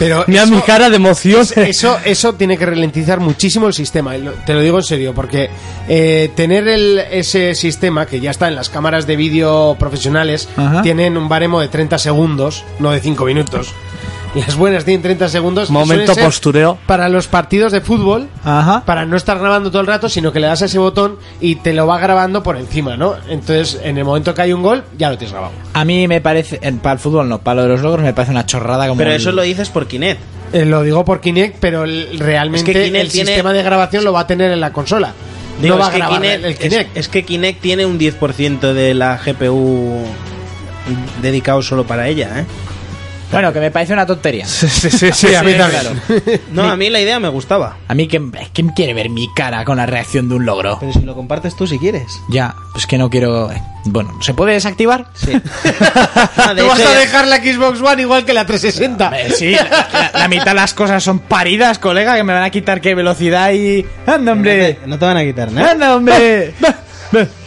[SPEAKER 1] Pero
[SPEAKER 6] Mira
[SPEAKER 1] eso-
[SPEAKER 6] mi cara de emoción.
[SPEAKER 1] Eso, eso tiene que ralentizar muchísimo el sistema, y lo- te lo digo en serio, porque eh, tener el, ese sistema que ya está en las cámaras de vídeo profesionales,
[SPEAKER 4] Ajá.
[SPEAKER 1] tienen un baremo de 30 segundos, no de 5 minutos. Las buenas tienen 30 segundos. y
[SPEAKER 6] Momento
[SPEAKER 1] suele ser
[SPEAKER 6] postureo.
[SPEAKER 1] Para los partidos de fútbol,
[SPEAKER 4] Ajá.
[SPEAKER 1] para no estar grabando todo el rato, sino que le das a ese botón y te lo va grabando por encima, ¿no? Entonces, en el momento que hay un gol, ya lo tienes grabado.
[SPEAKER 4] A mí me parece, eh, para el fútbol no, para lo de los logros me parece una chorrada como...
[SPEAKER 5] Pero
[SPEAKER 4] el-
[SPEAKER 5] eso lo dices por Kinect.
[SPEAKER 1] Eh, lo digo por Kinect, pero el- realmente
[SPEAKER 5] Es que Kinect
[SPEAKER 1] el
[SPEAKER 5] tiene-
[SPEAKER 1] sistema de grabación lo va a tener en la consola.
[SPEAKER 5] Digo,
[SPEAKER 1] no va
[SPEAKER 5] es
[SPEAKER 1] a grabar
[SPEAKER 5] Kinect-
[SPEAKER 1] el
[SPEAKER 5] es-
[SPEAKER 1] Kinect.
[SPEAKER 5] Es, que Kinect tiene un 10% de la GPU dedicado solo para ella, ¿eh?
[SPEAKER 4] Bueno, que me parece una tontería.
[SPEAKER 6] Sí, sí, sí, sí.
[SPEAKER 1] a mí también.
[SPEAKER 4] claro.
[SPEAKER 5] No, a mí la idea me gustaba.
[SPEAKER 4] A mí, ¿quién, ¿quién quiere ver mi cara con la reacción de un logro?
[SPEAKER 5] Pero si lo compartes tú si quieres.
[SPEAKER 4] Ya, pues que no quiero... eh, Bueno, ¿se puede desactivar?
[SPEAKER 5] Sí. No, de
[SPEAKER 1] Tú vas
[SPEAKER 5] hecho,
[SPEAKER 1] a
[SPEAKER 5] ya-
[SPEAKER 1] dejar la Xbox One igual que la 360.
[SPEAKER 4] Eh,
[SPEAKER 5] Ah,
[SPEAKER 4] sí, la, la- la mitad de las cosas son paridas, colega, que me van a quitar qué velocidad y... ¡Anda,
[SPEAKER 5] No te,
[SPEAKER 6] ¿Eh?
[SPEAKER 4] hombre!
[SPEAKER 5] no te van a quitar nada.
[SPEAKER 4] ¡Anda, hombre!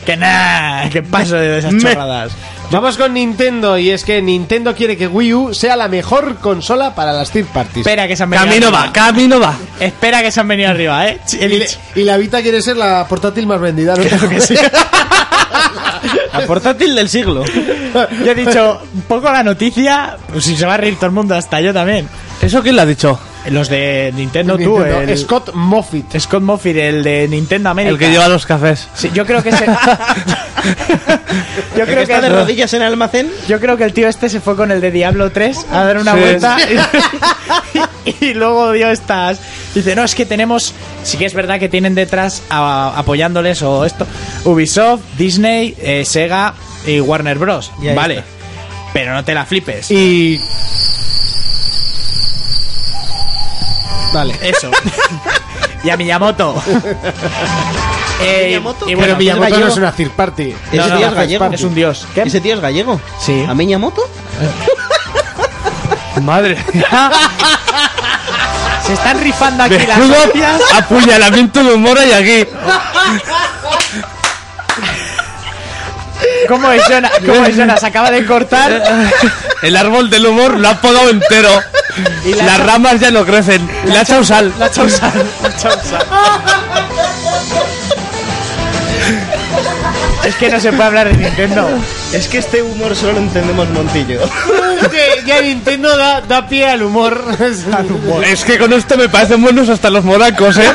[SPEAKER 4] que nada, que paso de esas chorradas.
[SPEAKER 1] Vamos con Nintendo y es que Nintendo quiere que Wii U sea la mejor consola para las third parties.
[SPEAKER 4] Espera que se han venido
[SPEAKER 6] Camino va,
[SPEAKER 4] arriba.
[SPEAKER 6] camino va.
[SPEAKER 4] Espera que se han venido arriba, ¿eh?
[SPEAKER 1] y, le- y la Vita quiere ser la portátil más vendida. ¿no?
[SPEAKER 5] La portátil del siglo.
[SPEAKER 4] Yo he dicho, un poco la noticia, pues si se va a reír todo el mundo, hasta yo también.
[SPEAKER 6] ¿Eso quién lo ha dicho?
[SPEAKER 4] Los de Nintendo, tú,
[SPEAKER 1] Nintendo.
[SPEAKER 4] el-
[SPEAKER 1] Scott Moffitt.
[SPEAKER 4] Scott Moffitt, el de Nintendo América.
[SPEAKER 6] El que lleva los cafés.
[SPEAKER 4] Sí, yo creo que ese... yo,
[SPEAKER 5] Creo que
[SPEAKER 4] creo
[SPEAKER 5] está de
[SPEAKER 4] que,
[SPEAKER 5] rodillas en el almacén.
[SPEAKER 4] yo creo que el tío este se fue con el de Diablo 3 a dar una
[SPEAKER 6] Sí.
[SPEAKER 4] vuelta y, y luego dio estas... Dice, no, es que tenemos... Sí que es verdad que tienen detrás a- apoyándoles o esto... Ubisoft, Disney, eh, Sega y Warner Bros.
[SPEAKER 5] Y ahí
[SPEAKER 4] vale.
[SPEAKER 5] está.
[SPEAKER 4] Pero no te la flipes.
[SPEAKER 1] Y. Vale.
[SPEAKER 4] Eso. y a Miyamoto. Eh,
[SPEAKER 5] Miyamoto?
[SPEAKER 4] y
[SPEAKER 1] Pero
[SPEAKER 4] bueno,
[SPEAKER 1] Miyamoto
[SPEAKER 4] gallego-
[SPEAKER 1] no es una third party.
[SPEAKER 5] Ese
[SPEAKER 4] no,
[SPEAKER 5] tío es
[SPEAKER 4] no,
[SPEAKER 5] gallego.
[SPEAKER 4] Es un dios. ¿Qué?
[SPEAKER 5] ¿Ese tío es gallego?
[SPEAKER 4] Sí.
[SPEAKER 5] ¿A Miyamoto?
[SPEAKER 6] Madre.
[SPEAKER 4] Se están rifando aquí las
[SPEAKER 6] Desnudo,
[SPEAKER 4] hostias.
[SPEAKER 6] apuñalamiento de humor y aquí.
[SPEAKER 4] ¿Cómo es Jonah? ¿Cómo es Jonah? Se acaba de cortar.
[SPEAKER 6] El árbol del humor lo ha podado entero.
[SPEAKER 4] Y la-
[SPEAKER 6] Las ramas ya no crecen. Le ha echado sal.
[SPEAKER 4] La chausa. La chausa. Es que no se puede hablar de Nintendo.
[SPEAKER 5] Es que este humor solo lo entendemos Montillo.
[SPEAKER 1] que ya Nintendo da, da pie al humor. al humor.
[SPEAKER 6] Es que con esto me parecen buenos hasta los moracos, ¿eh?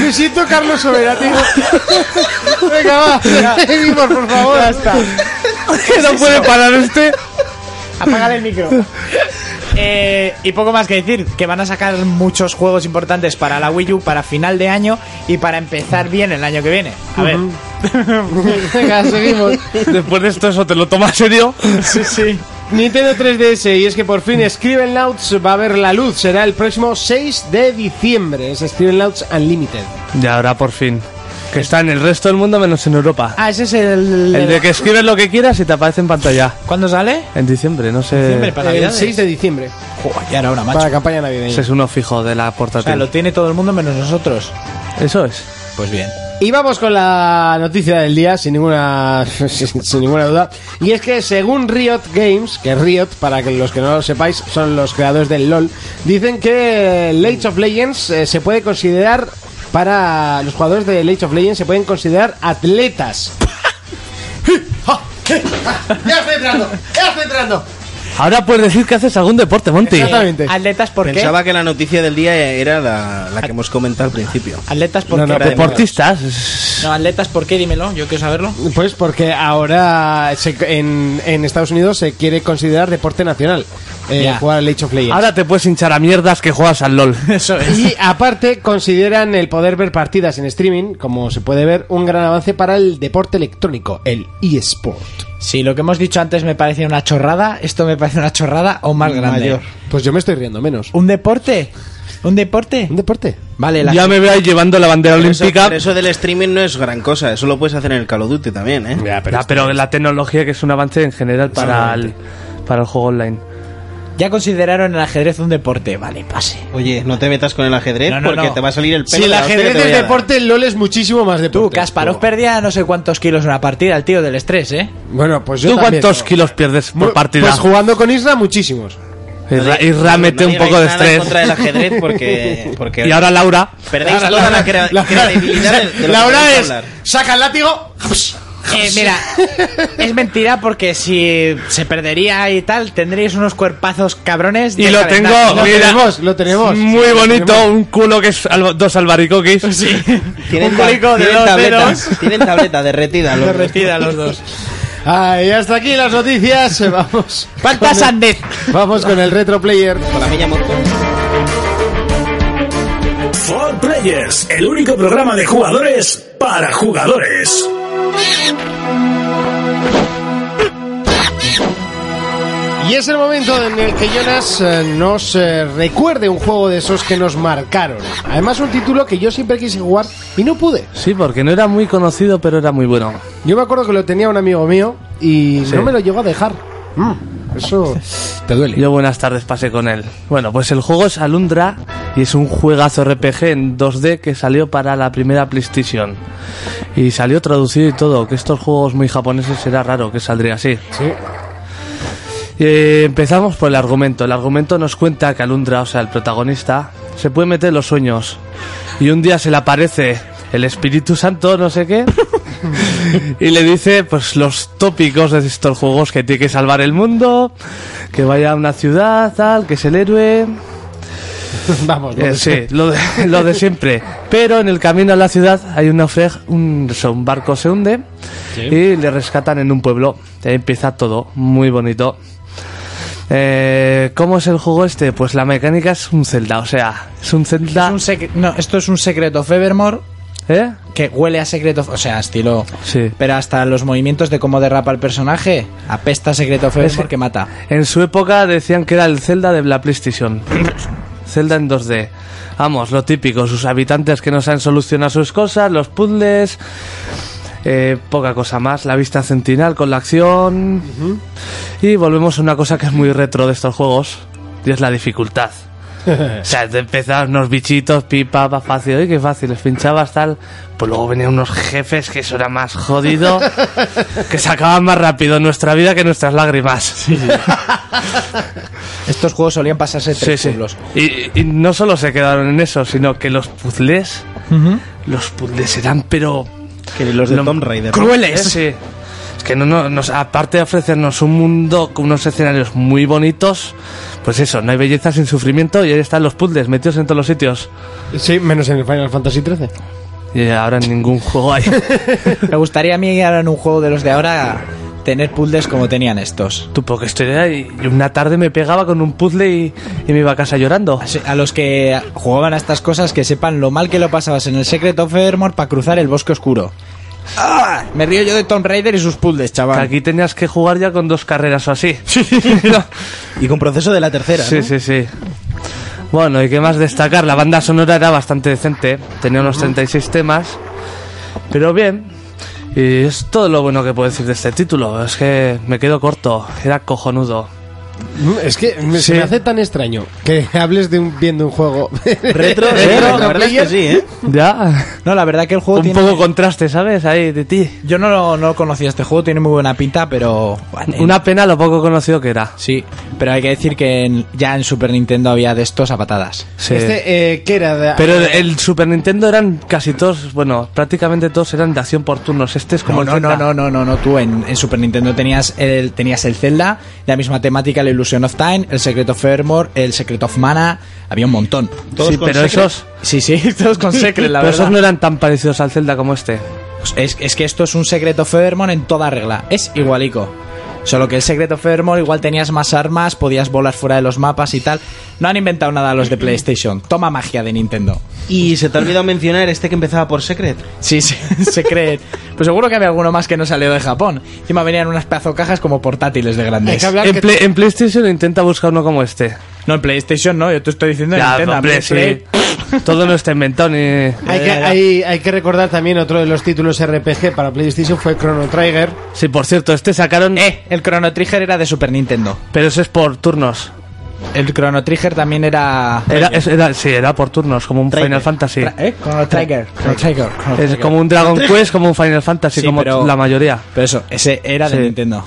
[SPEAKER 1] Me siento Carlos Sobera, tío. Venga, va. Seguimos, por favor.
[SPEAKER 4] Ya está.
[SPEAKER 6] Que no puede parar este.
[SPEAKER 4] Apágale el micro. Eh, y poco más que decir, que van a sacar muchos juegos importantes para la Wii U para final de año y para empezar bien el año que viene. A ver.
[SPEAKER 1] Venga, seguimos.
[SPEAKER 6] Después de esto, eso te lo toma serio.
[SPEAKER 4] Sí, sí.
[SPEAKER 1] Nintendo 3DS, y es que por fin Scriven Louds va a ver la luz. Será el próximo 6 de diciembre. Es Scriven Louds Unlimited.
[SPEAKER 6] Y ahora por fin. Que está en el resto del mundo menos en Europa.
[SPEAKER 4] Ah, ese es el.
[SPEAKER 6] El de que escribes lo que quieras y te aparece en pantalla.
[SPEAKER 4] ¿Cuándo sale?
[SPEAKER 6] En diciembre, no sé. eh,
[SPEAKER 4] Para
[SPEAKER 1] El
[SPEAKER 4] Navidades.
[SPEAKER 1] 6 de diciembre.
[SPEAKER 4] Joder, ya era una macho.
[SPEAKER 1] Para la campaña
[SPEAKER 6] Ese
[SPEAKER 1] navideña.
[SPEAKER 6] es uno fijo de la
[SPEAKER 4] O sea, lo
[SPEAKER 6] portátil.
[SPEAKER 4] tiene todo el mundo menos nosotros.
[SPEAKER 6] Eso es.
[SPEAKER 4] Pues bien.
[SPEAKER 1] Y vamos con la noticia del día, sin ninguna, sin, sin ninguna duda. Y es que según Riot Games, que Riot, para que los que no lo sepáis, son los creadores del LOL, dicen que el Age of Legends eh, se puede considerar, para los jugadores del Age of Legends, se pueden considerar atletas. ¡Ja! ¡Ja! ¡Ja! ¡Ya estoy entrando! ¡Ya estoy entrando!
[SPEAKER 6] Ahora puedes decir que haces algún deporte, Monty.
[SPEAKER 1] Exactamente.
[SPEAKER 4] Atletas, ¿por qué?
[SPEAKER 5] Pensaba que la noticia del día era la, la que hemos comentado al principio.
[SPEAKER 4] Atletas, ¿por
[SPEAKER 5] No,
[SPEAKER 4] qué?
[SPEAKER 5] no,
[SPEAKER 4] No,
[SPEAKER 5] pero-
[SPEAKER 6] Deportistas.
[SPEAKER 4] atletas, ¿por qué? Dímelo, yo quiero saberlo.
[SPEAKER 1] Pues porque ahora se- en, en Estados Unidos se quiere considerar deporte nacional eh,
[SPEAKER 4] Ya.
[SPEAKER 1] jugar al Age of Legends.
[SPEAKER 6] Ahora te puedes hinchar a mierdas que juegas al LOL.
[SPEAKER 4] Eso es.
[SPEAKER 1] Y aparte consideran el poder ver partidas en streaming, como se puede ver, un gran avance para el deporte electrónico, el eSport.
[SPEAKER 4] Si lo que hemos dicho antes me parecía una chorrada, esto me parece una chorrada o más grande.
[SPEAKER 5] Mayor.
[SPEAKER 1] Pues yo me estoy riendo menos.
[SPEAKER 4] ¿Un deporte? ¿Un deporte?
[SPEAKER 1] ¿Un deporte?
[SPEAKER 4] Vale, la
[SPEAKER 6] Ya me veo ahí llevando la bandera
[SPEAKER 5] Pero eso,
[SPEAKER 6] olímpica.
[SPEAKER 5] pero eso del streaming no es gran cosa, eso lo puedes hacer en el Call of Duty también, ¿eh?
[SPEAKER 1] Ya,
[SPEAKER 6] Ya, pero la tecnología que es un avance en general para el, para el juego online.
[SPEAKER 4] Ya consideraron el ajedrez un deporte. Vale, pase.
[SPEAKER 5] Oye, no te metas con el ajedrez
[SPEAKER 4] No, no,
[SPEAKER 5] porque
[SPEAKER 4] no.
[SPEAKER 5] te va a salir el pelo.
[SPEAKER 1] Si
[SPEAKER 5] de
[SPEAKER 1] el
[SPEAKER 5] la hostia que
[SPEAKER 1] ajedrez
[SPEAKER 5] te voy
[SPEAKER 1] es
[SPEAKER 5] a dar.
[SPEAKER 1] deporte, el LOL es muchísimo más deporte.
[SPEAKER 4] Tú, Kasparov perdía no sé cuántos kilos en una partida, el tío del estrés, ¿eh?
[SPEAKER 1] Bueno, pues yo
[SPEAKER 6] ¿Tú
[SPEAKER 1] también.
[SPEAKER 6] cuántos kilos pierdes por
[SPEAKER 1] Bueno,
[SPEAKER 6] partida?
[SPEAKER 1] Pues jugando con Isra, muchísimos.
[SPEAKER 6] Y ra- y
[SPEAKER 5] No
[SPEAKER 6] rámete un
[SPEAKER 5] digáis
[SPEAKER 6] poco de
[SPEAKER 5] nada en contra del
[SPEAKER 6] estrés.
[SPEAKER 5] ajedrez porque, porque
[SPEAKER 6] Y ahora Laura.
[SPEAKER 5] perdéis toda la, crea- credibilidad de, de lo
[SPEAKER 1] La
[SPEAKER 5] que
[SPEAKER 1] hora
[SPEAKER 5] queréis
[SPEAKER 1] es,
[SPEAKER 5] hablar.
[SPEAKER 1] saca el látigo.
[SPEAKER 4] Eh, mira, es mentira porque si se perdería y tal, tendríais unos cuerpazos cabrones. de
[SPEAKER 6] Y lo
[SPEAKER 4] calentar.
[SPEAKER 6] tengo,
[SPEAKER 1] Lo
[SPEAKER 6] mira.
[SPEAKER 1] tenemos, lo tenemos.
[SPEAKER 6] Muy
[SPEAKER 1] Sí, lo
[SPEAKER 6] bonito,
[SPEAKER 1] tenemos.
[SPEAKER 6] un culo que es alba- dos albaricoquis.
[SPEAKER 4] Sí.
[SPEAKER 5] Tienen,
[SPEAKER 4] un
[SPEAKER 5] ta-
[SPEAKER 4] cólico de
[SPEAKER 5] tienen
[SPEAKER 4] dos
[SPEAKER 5] tableta,
[SPEAKER 4] ceros.
[SPEAKER 5] tienen tableta derretida. los-
[SPEAKER 4] Derretida los dos.
[SPEAKER 1] Ah, y hasta aquí las noticias. Vamos.
[SPEAKER 4] Falta Sandez.
[SPEAKER 1] Vamos con el retro player.
[SPEAKER 5] Con la milla moto.
[SPEAKER 2] For Players, el único programa de jugadores para jugadores.
[SPEAKER 1] Y es el momento en el que Jonas eh, nos eh, recuerde un juego de esos que nos marcaron. Además, un título que yo siempre quise jugar y no pude.
[SPEAKER 6] Sí, porque no era muy conocido, pero era muy bueno.
[SPEAKER 1] Yo me acuerdo que lo tenía un amigo mío y
[SPEAKER 6] Sí.
[SPEAKER 1] no me lo llegó a dejar. Mm, eso te duele.
[SPEAKER 6] Yo buenas tardes pasé con él. Bueno, pues el juego es Alundra y es un juegazo RPG en 2D que salió para la primera PlayStation. Y salió traducido y todo, que estos juegos muy japoneses era raro que saldría así.
[SPEAKER 1] Sí.
[SPEAKER 6] Eh, empezamos por el argumento. El argumento nos cuenta que Alundra, o sea, el protagonista, se puede meter en los sueños. Y un día se le aparece el Espíritu Santo, no sé qué, y le dice pues los tópicos de estos juegos que tiene que salvar el mundo, que vaya a una ciudad, tal, que es el héroe.
[SPEAKER 1] Vamos,
[SPEAKER 6] Eh,
[SPEAKER 1] no
[SPEAKER 6] sí, lo de, lo de siempre. Pero en el camino a la ciudad hay un naufrag, un, eso, un barco se hunde y le rescatan en un pueblo. Ahí empieza todo, muy bonito. Eh, ¿Cómo es el juego este? Pues la mecánica es un Zelda, o sea, es un Zelda...
[SPEAKER 4] Es un secre- no, esto es un secreto Fevermore
[SPEAKER 6] ¿Eh?
[SPEAKER 4] que huele a secreto, o sea, estilo.
[SPEAKER 6] Sí.
[SPEAKER 4] Pero hasta los movimientos de cómo derrapa el personaje, apesta a secreto Fevermore que mata.
[SPEAKER 6] En su época decían que era el Zelda de la PlayStation. Zelda en 2D. Vamos, lo típico, sus habitantes que no saben solucionar sus cosas, los puzzles. eh, poca cosa más, la vista centinal con la acción. Y volvemos a una cosa que es muy retro de estos juegos, y es la dificultad. O sea, te empezabas unos bichitos, pipa, pa, fácil, oye, qué fácil, les pinchabas tal. Pues luego venían unos jefes que eso era más jodido, que sacaban más rápido nuestra vida que nuestras lágrimas.
[SPEAKER 4] Estos juegos solían pasarse tres
[SPEAKER 6] Sí, sí.
[SPEAKER 4] pueblos.
[SPEAKER 6] Y, y no solo se quedaron en eso, sino que los puzzles, los puzzles eran pero
[SPEAKER 5] Que los de
[SPEAKER 6] Lo-
[SPEAKER 5] Tomb Raider.
[SPEAKER 6] crueles. Sí. Es que no, no- nos, aparte de ofrecernos un mundo con unos escenarios muy bonitos, pues eso, no hay belleza sin sufrimiento y ahí están los puzzles metidos en todos los sitios.
[SPEAKER 1] sé. Sí, menos en el Final Fantasy XIII.
[SPEAKER 6] Y ahora en ningún juego hay.
[SPEAKER 4] Me gustaría a mí ahora en un juego de los de ahora tener puzzles como tenían estos.
[SPEAKER 6] Tú, porque estoy ahí y una tarde me pegaba con un puzzle y, y me iba a casa llorando.
[SPEAKER 4] Así- A los que jugaban a estas cosas que sepan lo mal que lo pasabas en el Secret of Evermore para cruzar el bosque oscuro. ¡Ah! Me río yo de Tomb Raider y sus puzzles,
[SPEAKER 6] Que
[SPEAKER 4] chaval.
[SPEAKER 6] Aquí tenías que jugar ya con dos carreras o así.
[SPEAKER 5] Y con proceso de la tercera.
[SPEAKER 6] Sí,
[SPEAKER 5] ¿no?
[SPEAKER 6] sí, sí. Bueno, y qué más destacar, la banda sonora era bastante decente, tenía unos 36 temas, pero bien, y es todo lo bueno que puedo decir de este título, es que me quedo corto, era cojonudo.
[SPEAKER 1] Mm, Es que me- se
[SPEAKER 6] Sí.
[SPEAKER 1] me hace tan extraño que hables de un, bien de un juego.
[SPEAKER 5] Retro,
[SPEAKER 1] ¿Eh?
[SPEAKER 5] retro,
[SPEAKER 1] ¿Retro
[SPEAKER 5] la verdad es que
[SPEAKER 1] player?
[SPEAKER 5] sí, ¿eh?
[SPEAKER 6] Ya,
[SPEAKER 4] No, la verdad que el juego
[SPEAKER 6] un
[SPEAKER 4] tiene...
[SPEAKER 6] poco contraste, ¿sabes? Ahí de ti.
[SPEAKER 4] Yo no, lo- no conocía este juego, tiene muy buena pinta, pero... bueno,
[SPEAKER 6] Una pena lo poco conocido que era.
[SPEAKER 4] Sí, pero hay que decir que en- ya en Super Nintendo había de estos a patadas.
[SPEAKER 6] Sí.
[SPEAKER 1] Este, eh, ¿qué era? De-
[SPEAKER 6] Pero el- el Super Nintendo eran casi todos, bueno, prácticamente todos eran de acción por turnos, este es como
[SPEAKER 4] No,
[SPEAKER 6] el
[SPEAKER 4] no, no,
[SPEAKER 6] Zelda.
[SPEAKER 4] no, no, no, no, tú en, en Super Nintendo tenías el, tenías el Zelda, la misma temática, el el Illusion of Time, el Secret of Evermore, el Secret of Mana, había un montón.
[SPEAKER 5] Todos
[SPEAKER 6] sí,
[SPEAKER 5] con
[SPEAKER 6] pero
[SPEAKER 5] secret.
[SPEAKER 6] esos,
[SPEAKER 4] Sí, sí, todos con Secret, la
[SPEAKER 6] pero esos
[SPEAKER 4] verdad.
[SPEAKER 6] no eran tan parecidos al Zelda como este.
[SPEAKER 4] Pues Es, es que esto es un secreto Federmon en toda regla. Es igualico. Solo que el secreto Federmon igual tenías más armas, podías volar fuera de los mapas y tal. No han inventado nada los de PlayStation. Toma magia de Nintendo.
[SPEAKER 5] Y se te ha olvidado mencionar este que empezaba por Secret.
[SPEAKER 4] Sí, sí, se cree. Pues seguro que había alguno más que no salió de Japón. Encima venían unas pedazo cajas como portátiles de
[SPEAKER 1] Hay
[SPEAKER 4] grandes.
[SPEAKER 1] que hablar
[SPEAKER 6] En,
[SPEAKER 1] que-
[SPEAKER 6] Play- en PlayStation intenta buscar uno como este.
[SPEAKER 4] No, en PlayStation no, yo te estoy diciendo en
[SPEAKER 6] Ya,
[SPEAKER 4] Nintendo.
[SPEAKER 6] hombre,
[SPEAKER 4] en Play-
[SPEAKER 6] sí. Todo no está inventado ni...
[SPEAKER 1] Hay que, hay- hay que recordar también otro de los títulos RPG para PlayStation fue Chrono Trigger.
[SPEAKER 6] Sí, por cierto, este sacaron...
[SPEAKER 4] Eh, el Chrono Trigger era de Super Nintendo.
[SPEAKER 6] Pero ese es por turnos.
[SPEAKER 4] El Chrono Trigger también era...
[SPEAKER 6] Era, es- era- sí, era por turnos, como un Final Fantasy.
[SPEAKER 4] Tra- ¿Eh? Chrono Trigger. Chrono Trigger.
[SPEAKER 1] eh,
[SPEAKER 4] Chrono
[SPEAKER 6] Es
[SPEAKER 4] Trigger.
[SPEAKER 6] como un Dragon Quest, como un Final Fantasy,
[SPEAKER 4] Sí,
[SPEAKER 6] como
[SPEAKER 4] pero-
[SPEAKER 6] la mayoría.
[SPEAKER 4] Pero eso, ese era de
[SPEAKER 6] Sí.
[SPEAKER 4] Nintendo.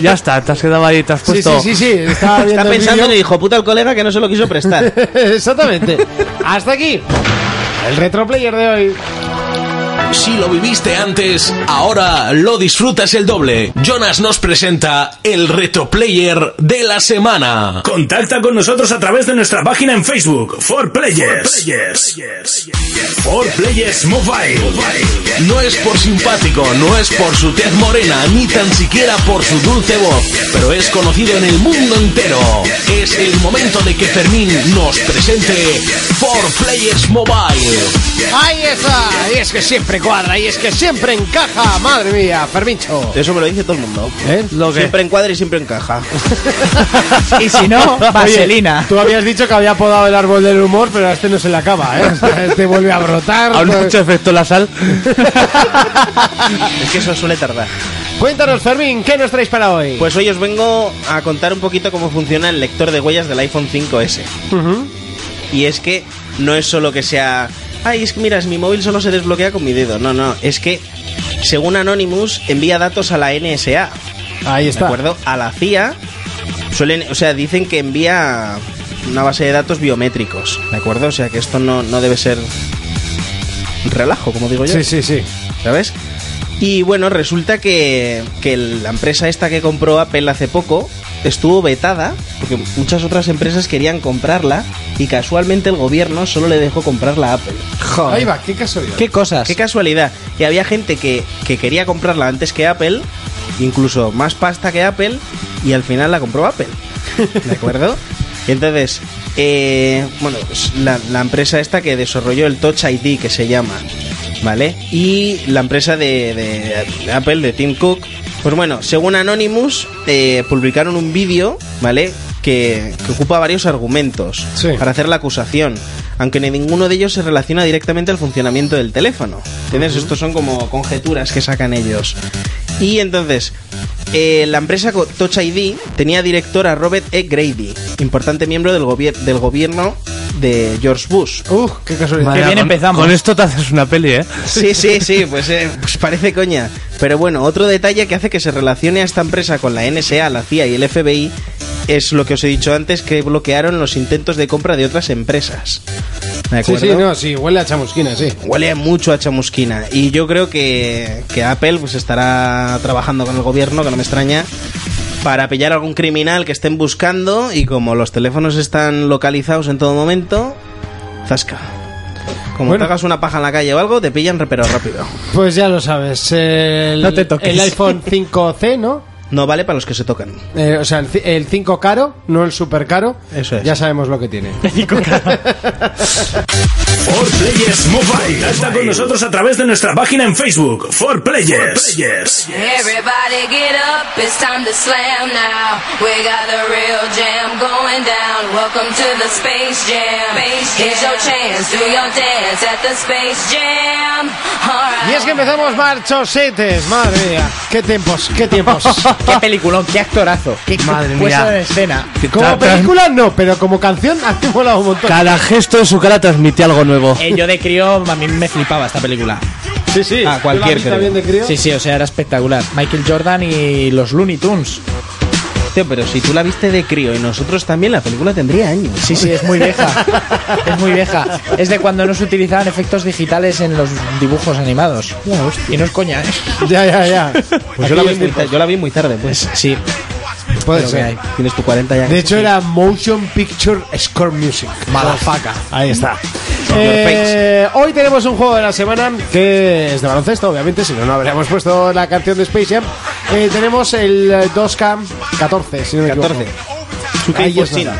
[SPEAKER 6] Ya está, te has quedado ahí, te has
[SPEAKER 1] Sí,
[SPEAKER 6] puesto...
[SPEAKER 1] sí, sí, sí. Estaba viendo
[SPEAKER 5] Está
[SPEAKER 1] el
[SPEAKER 5] pensando en
[SPEAKER 1] vídeo.
[SPEAKER 5] el hijo puta al colega que no se lo quiso prestar.
[SPEAKER 1] Exactamente. Hasta aquí. El retroplayer de hoy.
[SPEAKER 8] Si lo viviste antes, ahora lo disfrutas el doble. Jonas nos presenta el Reto Player de la semana.
[SPEAKER 2] Contacta con nosotros a través de nuestra página en Facebook, For Players. For Players Mobile.
[SPEAKER 8] No es por simpático, no es por su tez morena, ni tan siquiera por su dulce voz, pero es conocido en el mundo entero. Es el momento de que Fermín nos presente For Players Mobile.
[SPEAKER 1] Ahí está. Y es que siempre cuadra, y es que siempre encaja. Madre mía, Fermincho.
[SPEAKER 5] Eso me lo dice todo el mundo.
[SPEAKER 1] ¿Eh?
[SPEAKER 6] Lo que...
[SPEAKER 5] Siempre encuadra y siempre encaja.
[SPEAKER 4] Y si no, vaselina.
[SPEAKER 1] Tú habías dicho que había podado el árbol del humor, pero a este no se le acaba, ¿eh? O sea, Este vuelve a brotar. pues
[SPEAKER 6] Aún no ha hecho efecto la sal.
[SPEAKER 5] Es que eso suele tardar.
[SPEAKER 1] Cuéntanos, Fermín, ¿qué nos traéis para hoy?
[SPEAKER 5] Pues hoy os vengo a contar un poquito cómo funciona el lector de huellas del iPhone 5S. Y es que no es solo que sea. Ay, es que mira, es mi móvil solo se desbloquea con mi dedo. No, no, es que según Anonymous envía datos a la NSA,
[SPEAKER 1] ahí
[SPEAKER 5] ¿de acuerdo? A la CIA. Suelen, o sea, dicen que envía una base de datos biométricos, ¿de acuerdo? O sea que esto no, no debe ser relajo, como digo yo.
[SPEAKER 1] Sí, sí, sí.
[SPEAKER 5] ¿sabes? Y bueno, resulta que, que la empresa esta que compró Apple hace poco estuvo vetada, porque muchas otras empresas querían comprarla y casualmente el gobierno solo le dejó comprarla a Apple.
[SPEAKER 1] Ahí va, qué casualidad.
[SPEAKER 4] ¿Qué cosas?
[SPEAKER 5] Qué casualidad. Y había gente que, que quería comprarla antes que Apple, incluso más pasta que Apple, y al final la compró Apple. ¿De acuerdo? Y entonces, eh, bueno, pues la, la empresa esta que desarrolló el Touch ID, que se llama, ¿vale? Y la empresa de, de- de Apple, de Tim Cook, pues bueno, según Anonymous, eh, publicaron un vídeo, ¿vale? Que, que ocupa varios argumentos
[SPEAKER 1] Sí.
[SPEAKER 5] para hacer la acusación, aunque ni ninguno de ellos se relaciona directamente al funcionamiento del teléfono. ¿Entiendes? Estos son como conjeturas que sacan ellos. Y entonces, eh, la empresa co- Touch ID tenía director a Robert E. Grady, importante miembro del, gobier- del gobierno de George Bush.
[SPEAKER 1] Uf, Uh, qué casualidad.
[SPEAKER 4] Qué
[SPEAKER 6] Vaya,
[SPEAKER 4] bien
[SPEAKER 6] con-
[SPEAKER 4] empezamos.
[SPEAKER 6] Con esto te haces una peli, ¿eh?
[SPEAKER 5] Sí, sí, sí, pues, eh, pues parece coña. Pero bueno, otro detalle que hace que se relacione a esta empresa con la NSA, la CIA y el FBI es lo que os he dicho antes, que bloquearon los intentos de compra de otras empresas. ¿De
[SPEAKER 1] Sí,
[SPEAKER 5] acuerdo?
[SPEAKER 1] sí, no, sí, huele a chamusquina, sí.
[SPEAKER 5] Huele mucho a chamusquina. Y yo creo que, que Apple pues estará trabajando con el gobierno, que no me extraña, para pillar a algún criminal que estén buscando. Y como los teléfonos están localizados en todo momento, zasca. Como
[SPEAKER 1] Bueno.
[SPEAKER 5] te hagas una paja en la calle o algo, te pillan pero rápido.
[SPEAKER 1] Pues ya lo sabes. El,
[SPEAKER 4] No te toques.
[SPEAKER 1] el iPhone 5C, ¿no?
[SPEAKER 5] No vale para los que se tocan.
[SPEAKER 1] Eh, o sea, el, ci- el 5 caro, no el super caro.
[SPEAKER 5] Eso es.
[SPEAKER 1] Ya sabemos lo que tiene.
[SPEAKER 2] For Players Mobile. Contacta con nosotros a través de nuestra página en Facebook, For Players.
[SPEAKER 9] Everybody get up, it's time to slam now. We got a real jam going down. Welcome to the Space Jam. Here's your chance, do your dance at the Space Jam. Alright.
[SPEAKER 1] Y es que empezamos marchosetes, madre mía. Qué tiempos, qué tiempos.
[SPEAKER 4] Qué peliculón, qué actorazo. Qué
[SPEAKER 6] Madre
[SPEAKER 4] puesta
[SPEAKER 6] mía.
[SPEAKER 4] en escena.
[SPEAKER 1] Como
[SPEAKER 6] Cada-
[SPEAKER 1] película no, pero como canción ha molado un montón.
[SPEAKER 6] Cada gesto de su cara transmitía algo nuevo.
[SPEAKER 4] Eh, yo de crío, a mí me flipaba esta película.
[SPEAKER 1] Sí, sí.
[SPEAKER 4] A cualquier
[SPEAKER 1] ¿Tú la viste también de crío?
[SPEAKER 4] Sí, sí, o sea, era espectacular. Michael Jordan y los Looney Tunes.
[SPEAKER 5] Tío, pero si tú la viste de crío y nosotros también, la película tendría años.
[SPEAKER 4] Sí, sí, es muy vieja. es muy vieja. Es de cuando no se utilizaban efectos digitales en los dibujos animados. Y no es coña, ¿eh?
[SPEAKER 1] Ya, ya, ya.
[SPEAKER 5] Pues yo la, vi muy, ta- yo la vi muy tarde, pues.
[SPEAKER 4] Sí.
[SPEAKER 1] Puede
[SPEAKER 4] Creo que
[SPEAKER 1] ser.
[SPEAKER 4] hay.
[SPEAKER 5] Tienes tu 40 ya.
[SPEAKER 1] De hecho, era Motion Picture Score Music.
[SPEAKER 4] Malafaca.
[SPEAKER 1] Ahí está.
[SPEAKER 5] Your
[SPEAKER 1] Eh, hoy tenemos un juego de la semana que es de baloncesto, obviamente, si no, no habríamos puesto la canción de Space Jam. Eh, tenemos el eh, 2K14, si no me
[SPEAKER 5] 14.
[SPEAKER 1] equivoco. Ahí es
[SPEAKER 5] 2K14.
[SPEAKER 1] nada.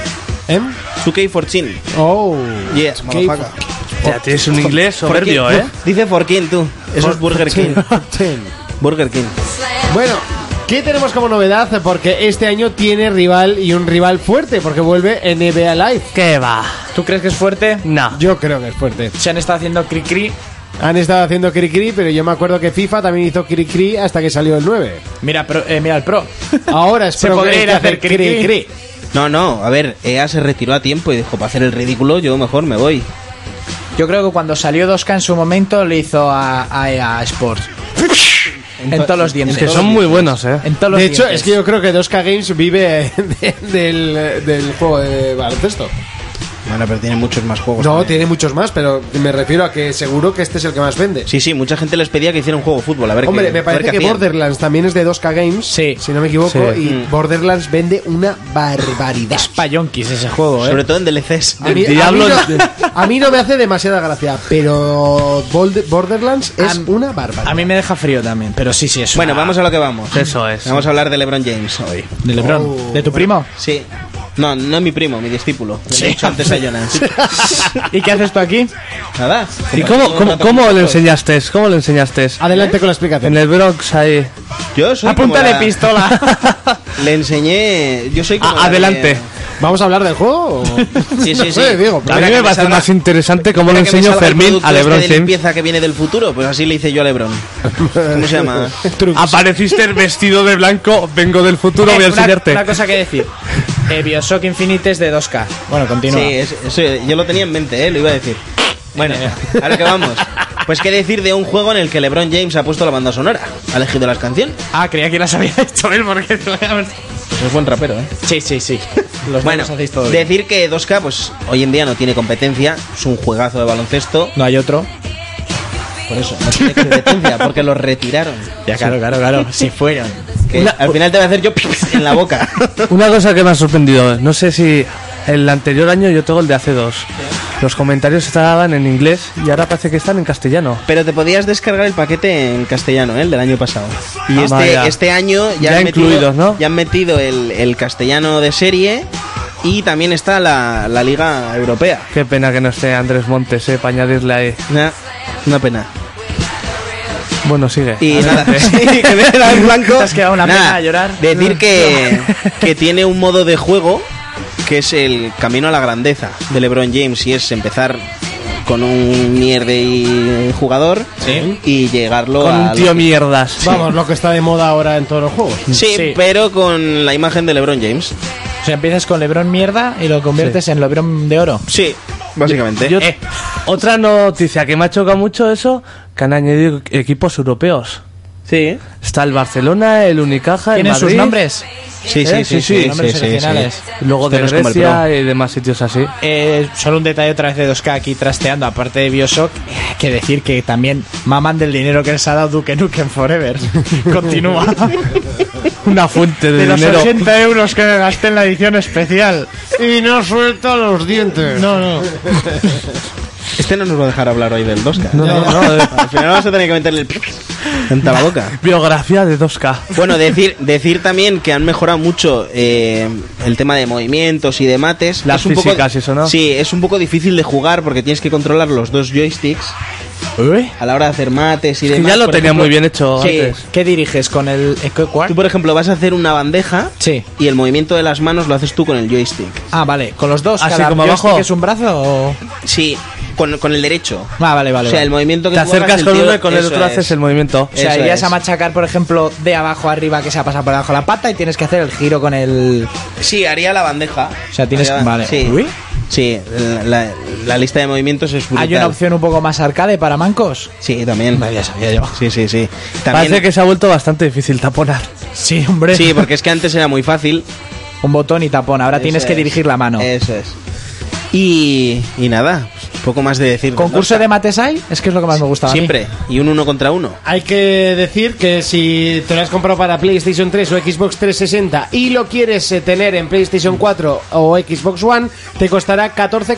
[SPEAKER 1] ¿Eh?
[SPEAKER 5] 2K14.
[SPEAKER 1] Oh.
[SPEAKER 5] Yeah,
[SPEAKER 1] Qué
[SPEAKER 5] motherfucker.
[SPEAKER 6] Ya tienes un inglés
[SPEAKER 5] For King.
[SPEAKER 6] soberbio, ¿eh?
[SPEAKER 5] Dice Forkin, tú. Eso es Burger King.
[SPEAKER 1] 14.
[SPEAKER 5] Burger King.
[SPEAKER 1] Bueno, ¿qué tenemos como novedad? Porque este año tiene rival y un rival fuerte, porque vuelve NBA Live.
[SPEAKER 6] ¿Qué va?
[SPEAKER 4] ¿Tú crees que es fuerte?
[SPEAKER 6] No.
[SPEAKER 1] Yo creo que es fuerte.
[SPEAKER 4] Se han estado haciendo cri-cri.
[SPEAKER 1] Han estado haciendo cri-cri, pero yo me acuerdo que FIFA también hizo cri-cri hasta que salió el 9.
[SPEAKER 4] Mira, pro- eh, mira el pro.
[SPEAKER 1] Ahora es
[SPEAKER 4] Se
[SPEAKER 1] pro-
[SPEAKER 4] podría
[SPEAKER 1] hay
[SPEAKER 4] ir
[SPEAKER 1] que
[SPEAKER 4] a hacer cri-cri.
[SPEAKER 5] No, no, a ver, EA se retiró a tiempo y dijo, para hacer el ridículo, yo mejor me voy.
[SPEAKER 4] Yo creo que cuando salió 2K en su momento le hizo a, a EA Sports. En todos los dientes.
[SPEAKER 6] Es que son muy buenos, ¿eh?
[SPEAKER 4] En todos los
[SPEAKER 1] De hecho,
[SPEAKER 4] dientes.
[SPEAKER 1] es que yo creo que 2K Games vive de- del, del juego de baloncesto.
[SPEAKER 5] Bueno, pero tiene muchos más juegos.
[SPEAKER 1] No,
[SPEAKER 5] también.
[SPEAKER 1] tiene muchos más, pero me refiero a que seguro que este es el que más vende.
[SPEAKER 5] Sí, sí, mucha gente les pedía que hiciera un juego de fútbol. A ver
[SPEAKER 1] Hombre,
[SPEAKER 5] qué-
[SPEAKER 1] me
[SPEAKER 5] a ver
[SPEAKER 1] parece
[SPEAKER 5] qué
[SPEAKER 1] que
[SPEAKER 5] hacían.
[SPEAKER 1] Borderlands también es de 2K Games,
[SPEAKER 4] Sí. Mm.
[SPEAKER 1] si no me equivoco,
[SPEAKER 6] Sí.
[SPEAKER 1] y Borderlands vende una barbaridad.
[SPEAKER 4] Es pa' yonkis ese juego, ¿eh?
[SPEAKER 5] Sobre todo en DLCs.
[SPEAKER 1] A mí, a mí
[SPEAKER 6] Diablo-
[SPEAKER 1] no, a mí no me hace demasiada gracia, pero Bold- Borderlands es
[SPEAKER 4] Am-
[SPEAKER 1] una barbaridad.
[SPEAKER 4] A mí me deja frío también, pero sí, sí, es
[SPEAKER 5] Bueno,
[SPEAKER 4] una-
[SPEAKER 5] vamos a lo que vamos.
[SPEAKER 6] Eso es.
[SPEAKER 5] Vamos a hablar de LeBron James hoy.
[SPEAKER 4] De Lebron.
[SPEAKER 1] Oh.
[SPEAKER 4] ¿De tu primo?
[SPEAKER 5] Sí. No, no mi primo, mi discípulo. Sí.
[SPEAKER 4] Sí.
[SPEAKER 5] He dicho antes a Jonas.
[SPEAKER 4] ¿Y qué haces tú aquí?
[SPEAKER 5] Nada.
[SPEAKER 6] ¿Y cómo, cómo, cómo le enseñaste? ¿Cómo le enseñaste?
[SPEAKER 4] ¿Eh?
[SPEAKER 1] Adelante con la explicación.
[SPEAKER 6] En el Bronx ahí.
[SPEAKER 5] Yo soy como
[SPEAKER 4] Apúntale
[SPEAKER 5] la-
[SPEAKER 4] pistola.
[SPEAKER 5] Le enseñé... Yo soy como...
[SPEAKER 6] A-
[SPEAKER 5] la de-
[SPEAKER 6] adelante.
[SPEAKER 1] ¿Vamos a hablar del juego? o-
[SPEAKER 5] Sí, sí,
[SPEAKER 1] No
[SPEAKER 5] sí.
[SPEAKER 1] sé, Diego,
[SPEAKER 6] A mí me parece más interesante cómo le
[SPEAKER 5] Ahora que me
[SPEAKER 6] enseñó
[SPEAKER 5] salga el
[SPEAKER 6] Fermín
[SPEAKER 5] producto
[SPEAKER 6] a
[SPEAKER 5] este
[SPEAKER 6] LeBron
[SPEAKER 5] de
[SPEAKER 6] James.
[SPEAKER 5] limpieza que viene del futuro, pues así le hice yo a LeBron. ¿Cómo se llama?
[SPEAKER 6] Apareciste vestido de blanco, vengo del futuro, voy a
[SPEAKER 4] Eh, una-
[SPEAKER 6] enseñarte.
[SPEAKER 4] Una, cosa que decir. Eh, Bioshock Infinite es de 2K. Bueno, continúa.
[SPEAKER 5] Sí, es- eso- yo lo tenía en mente, ¿eh? lo iba a decir. Bueno,
[SPEAKER 4] Eh,
[SPEAKER 5] ahora que vamos. Pues qué decir de un juego en el que LeBron James ha puesto la banda sonora, ha elegido las canciones.
[SPEAKER 4] Ah, creía que las había hecho él porque...
[SPEAKER 5] Pues es buen rapero, ¿eh?
[SPEAKER 4] sí, sí, sí. Los
[SPEAKER 5] Bueno,
[SPEAKER 4] dos hacéis todo bien.
[SPEAKER 5] decir que 2K, pues hoy en día no tiene competencia, es un juegazo de baloncesto,
[SPEAKER 4] No hay otro.
[SPEAKER 5] por eso no tiene competencia, porque lo retiraron.
[SPEAKER 4] Ya, claro, claro, claro. Si fueron.
[SPEAKER 5] Que al final te va a hacer yo en la boca.
[SPEAKER 6] Una cosa que me ha sorprendido, no sé si el anterior año yo tengo el de hace dos. Los comentarios estaban en inglés y ahora parece que están en castellano.
[SPEAKER 5] Pero te podías descargar el paquete en castellano, ¿eh? el del año pasado. Y
[SPEAKER 6] Ah,
[SPEAKER 5] este,
[SPEAKER 6] vaya.
[SPEAKER 5] este año ya,
[SPEAKER 6] Ya
[SPEAKER 5] han metido-
[SPEAKER 6] incluidos, ¿no?
[SPEAKER 5] Ya han metido el, el castellano de serie y también está la, la Liga Europea.
[SPEAKER 6] Qué pena que no esté Andrés Montes, eh, para añadirle ahí.
[SPEAKER 5] Una, una pena.
[SPEAKER 6] Bueno, sigue.
[SPEAKER 5] Y nada, sí, que me he quedado en blanco.
[SPEAKER 4] Te has quedado una
[SPEAKER 5] Nada,
[SPEAKER 4] pena a llorar.
[SPEAKER 5] Decir que, que tiene un modo de juego que es el camino a la grandeza de LeBron James y es empezar con un mierda y jugador y llegarlo
[SPEAKER 6] Con
[SPEAKER 5] a
[SPEAKER 6] un tío mierdas.
[SPEAKER 1] Vamos, lo que está de moda ahora en todos los juegos.
[SPEAKER 5] Sí,
[SPEAKER 4] Sí.
[SPEAKER 5] pero con la imagen de LeBron James.
[SPEAKER 4] O sea, empiezas con Lebron mierda y lo conviertes en Lebron de oro.
[SPEAKER 5] Sí, básicamente.
[SPEAKER 6] Yo-
[SPEAKER 4] Eh.
[SPEAKER 6] Otra noticia que me ha chocado mucho eso, que han añadido equipos europeos.
[SPEAKER 5] sí.
[SPEAKER 6] Está el Barcelona, el Unicaja, el
[SPEAKER 4] ¿Tienen
[SPEAKER 6] Madrid.
[SPEAKER 4] sus nombres?
[SPEAKER 5] Sí,
[SPEAKER 6] ¿Eh? sí, sí, sí,
[SPEAKER 4] Sus nombres
[SPEAKER 5] sí, sí, sí.
[SPEAKER 4] originales.
[SPEAKER 6] Luego de
[SPEAKER 5] Este no es como el
[SPEAKER 6] Grecia y demás sitios así.
[SPEAKER 4] Eh, solo un detalle otra vez de 2K aquí trasteando, aparte de Bioshock, eh, que decir que también maman del dinero que les ha dado Duke Nukem Forever. Continúa.
[SPEAKER 6] Una fuente de,
[SPEAKER 4] De los
[SPEAKER 6] dinero.
[SPEAKER 4] 80 euros que me gasté en la edición especial.
[SPEAKER 1] Y no suelta los dientes.
[SPEAKER 4] No, no.
[SPEAKER 5] Este no nos va a dejar hablar hoy del 2K.
[SPEAKER 6] No, no, no, eh,
[SPEAKER 5] Al final vas a tener que meterle el en la boca.
[SPEAKER 6] Biografía de 2K.
[SPEAKER 5] Bueno, decir, decir también que han mejorado mucho eh, el tema de movimientos y de mates.
[SPEAKER 6] Las
[SPEAKER 5] un poco-
[SPEAKER 6] físicas y eso, ¿no?
[SPEAKER 5] Sí, es un poco difícil de jugar porque tienes que controlar los dos joysticks a la hora de hacer mates y
[SPEAKER 6] que
[SPEAKER 5] demás.
[SPEAKER 6] ya lo
[SPEAKER 5] ¿Eh? Por
[SPEAKER 6] tenía
[SPEAKER 5] ejemplo,
[SPEAKER 6] muy bien hecho
[SPEAKER 5] sí.
[SPEAKER 6] antes.
[SPEAKER 4] ¿Qué diriges con el Echo Quad?
[SPEAKER 5] Tú, por ejemplo, vas a hacer una bandeja
[SPEAKER 4] Sí.
[SPEAKER 5] y el movimiento de las manos lo haces tú con el joystick.
[SPEAKER 4] Ah, vale, con los dos.
[SPEAKER 6] Así
[SPEAKER 4] cada
[SPEAKER 6] como
[SPEAKER 4] joystick
[SPEAKER 6] abajo.
[SPEAKER 4] ¿Es un brazo o.?
[SPEAKER 5] Sí, con, con el derecho.
[SPEAKER 4] Ah, vale, vale.
[SPEAKER 5] o sea,
[SPEAKER 4] vale.
[SPEAKER 5] el movimiento que
[SPEAKER 6] Te
[SPEAKER 5] tú hagas,
[SPEAKER 6] acercas
[SPEAKER 5] el
[SPEAKER 6] con
[SPEAKER 5] tío-
[SPEAKER 6] uno y con el
[SPEAKER 5] eso
[SPEAKER 6] otro haces
[SPEAKER 5] es.
[SPEAKER 6] el movimiento.
[SPEAKER 4] O sea,
[SPEAKER 5] Eso
[SPEAKER 4] irías
[SPEAKER 5] es.
[SPEAKER 4] a machacar, por ejemplo, de abajo arriba que se ha pasado por debajo de la pata y tienes que hacer el giro con el.
[SPEAKER 5] Sí, haría la bandeja.
[SPEAKER 4] O sea, tienes-
[SPEAKER 5] Haría-
[SPEAKER 4] vale.
[SPEAKER 5] Sí,
[SPEAKER 4] Uy.
[SPEAKER 5] Sí, la, la- la lista de movimientos es brutal.
[SPEAKER 4] ¿Hay una opción un poco más arcade para mancos?
[SPEAKER 5] Sí, también.
[SPEAKER 4] No, ya sabía yo.
[SPEAKER 5] Sí, sí, sí.
[SPEAKER 6] Parece que se ha vuelto bastante difícil taponar.
[SPEAKER 4] Sí, hombre.
[SPEAKER 5] Sí, porque es que antes era muy fácil.
[SPEAKER 4] Un botón y tapón. Ahora tienes
[SPEAKER 5] Eso
[SPEAKER 4] que
[SPEAKER 5] es. Eh,
[SPEAKER 4] dirigir la mano.
[SPEAKER 5] Eso es. Y, y nada, pues, Poco más de decir.
[SPEAKER 4] ¿Concurso de mates hay? Es que es lo que más me gustaba. a mí.
[SPEAKER 5] Siempre. Y un uno contra uno.
[SPEAKER 1] Hay que decir que si te lo has comprado para PlayStation 3 o Xbox 360 y lo quieres eh, tener en PlayStation 4 o Xbox One, te costará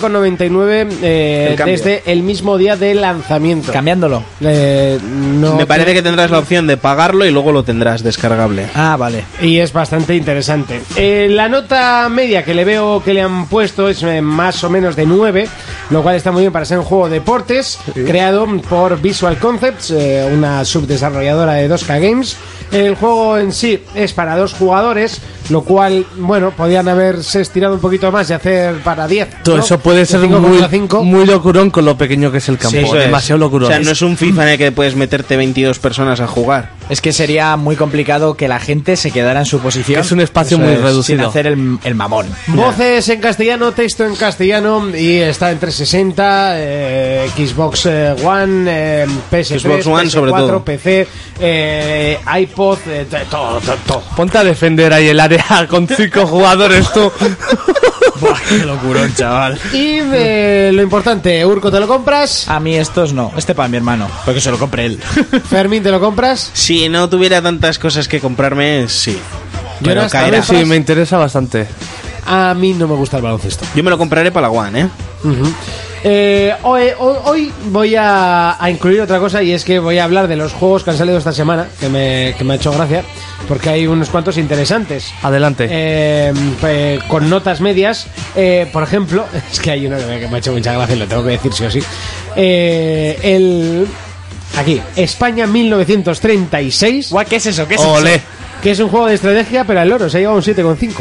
[SPEAKER 1] 14,99 eh,
[SPEAKER 5] El cambio.
[SPEAKER 1] desde el mismo día de lanzamiento.
[SPEAKER 4] Cambiándolo.
[SPEAKER 1] Eh, no
[SPEAKER 5] Me parece
[SPEAKER 1] creo-
[SPEAKER 5] que tendrás la opción de pagarlo y luego lo tendrás descargable.
[SPEAKER 4] Ah, vale.
[SPEAKER 1] Y es bastante interesante. Eh, la nota media que le veo que le han puesto es eh, más o menos de 9, lo cual está muy bien para ser un juego de deportes creado por Visual Concepts, eh, una subdesarrolladora de 2K Games. El juego en sí es para dos jugadores, lo cual, bueno, podían haberse estirado un poquito más y hacer para 10.
[SPEAKER 6] Todo
[SPEAKER 1] ¿no?
[SPEAKER 6] eso puede
[SPEAKER 1] De
[SPEAKER 6] ser
[SPEAKER 1] cinco
[SPEAKER 6] muy,
[SPEAKER 1] contra cinco.
[SPEAKER 6] muy locurón con lo pequeño que es el campo.
[SPEAKER 5] Eso es.
[SPEAKER 6] demasiado
[SPEAKER 5] O
[SPEAKER 6] locurón.
[SPEAKER 5] sea, no es un FIFA en el que puedes meterte 22 personas a jugar.
[SPEAKER 4] Es que sería muy complicado que la gente se quedara en su posición.
[SPEAKER 6] Que es un espacio
[SPEAKER 4] Eso
[SPEAKER 6] muy
[SPEAKER 4] es, Sin
[SPEAKER 6] reducido.
[SPEAKER 4] hacer el, el mamón.
[SPEAKER 1] Voces en castellano, texto en castellano y está en 360, eh, Xbox eh, One, eh, PS3,
[SPEAKER 5] Xbox One,
[SPEAKER 1] PS4,
[SPEAKER 5] sobre todo.
[SPEAKER 1] PC, eh, iPod, eh, t- todo, todo, todo.
[SPEAKER 6] Ponte a defender ahí el área con cinco jugadores tú.
[SPEAKER 4] Qué locurón, chaval.
[SPEAKER 1] Y eh, lo importante, Urco te lo compras,
[SPEAKER 4] A mí estos no. Este para mi hermano. Porque se lo compre él.
[SPEAKER 1] Fermín te lo compras.
[SPEAKER 5] Si no tuviera tantas cosas que comprarme, sí. Pero
[SPEAKER 1] Jonas,
[SPEAKER 5] caerá.
[SPEAKER 1] ¿también?
[SPEAKER 6] Sí, me interesa bastante.
[SPEAKER 1] A mí no me gusta el baloncesto.
[SPEAKER 5] Yo me lo compraré para la One, ¿eh?
[SPEAKER 1] Eh, hoy, hoy- hoy voy a, a incluir otra cosa y es que voy a hablar de los juegos que han salido esta semana, que me, que me ha hecho gracia, porque hay unos cuantos interesantes.
[SPEAKER 6] Adelante.
[SPEAKER 1] Eh, eh, con notas medias. Eh, por ejemplo, es que hay uno que me, que me ha hecho mucha gracia y lo tengo que decir sí o sí. Eh, el. Aquí, España 1936,
[SPEAKER 4] Guau, ¿qué es eso? ¿Qué es
[SPEAKER 6] Ole.
[SPEAKER 4] eso?
[SPEAKER 1] que es un juego de estrategia, pero al loro se ha llevado un 7,5.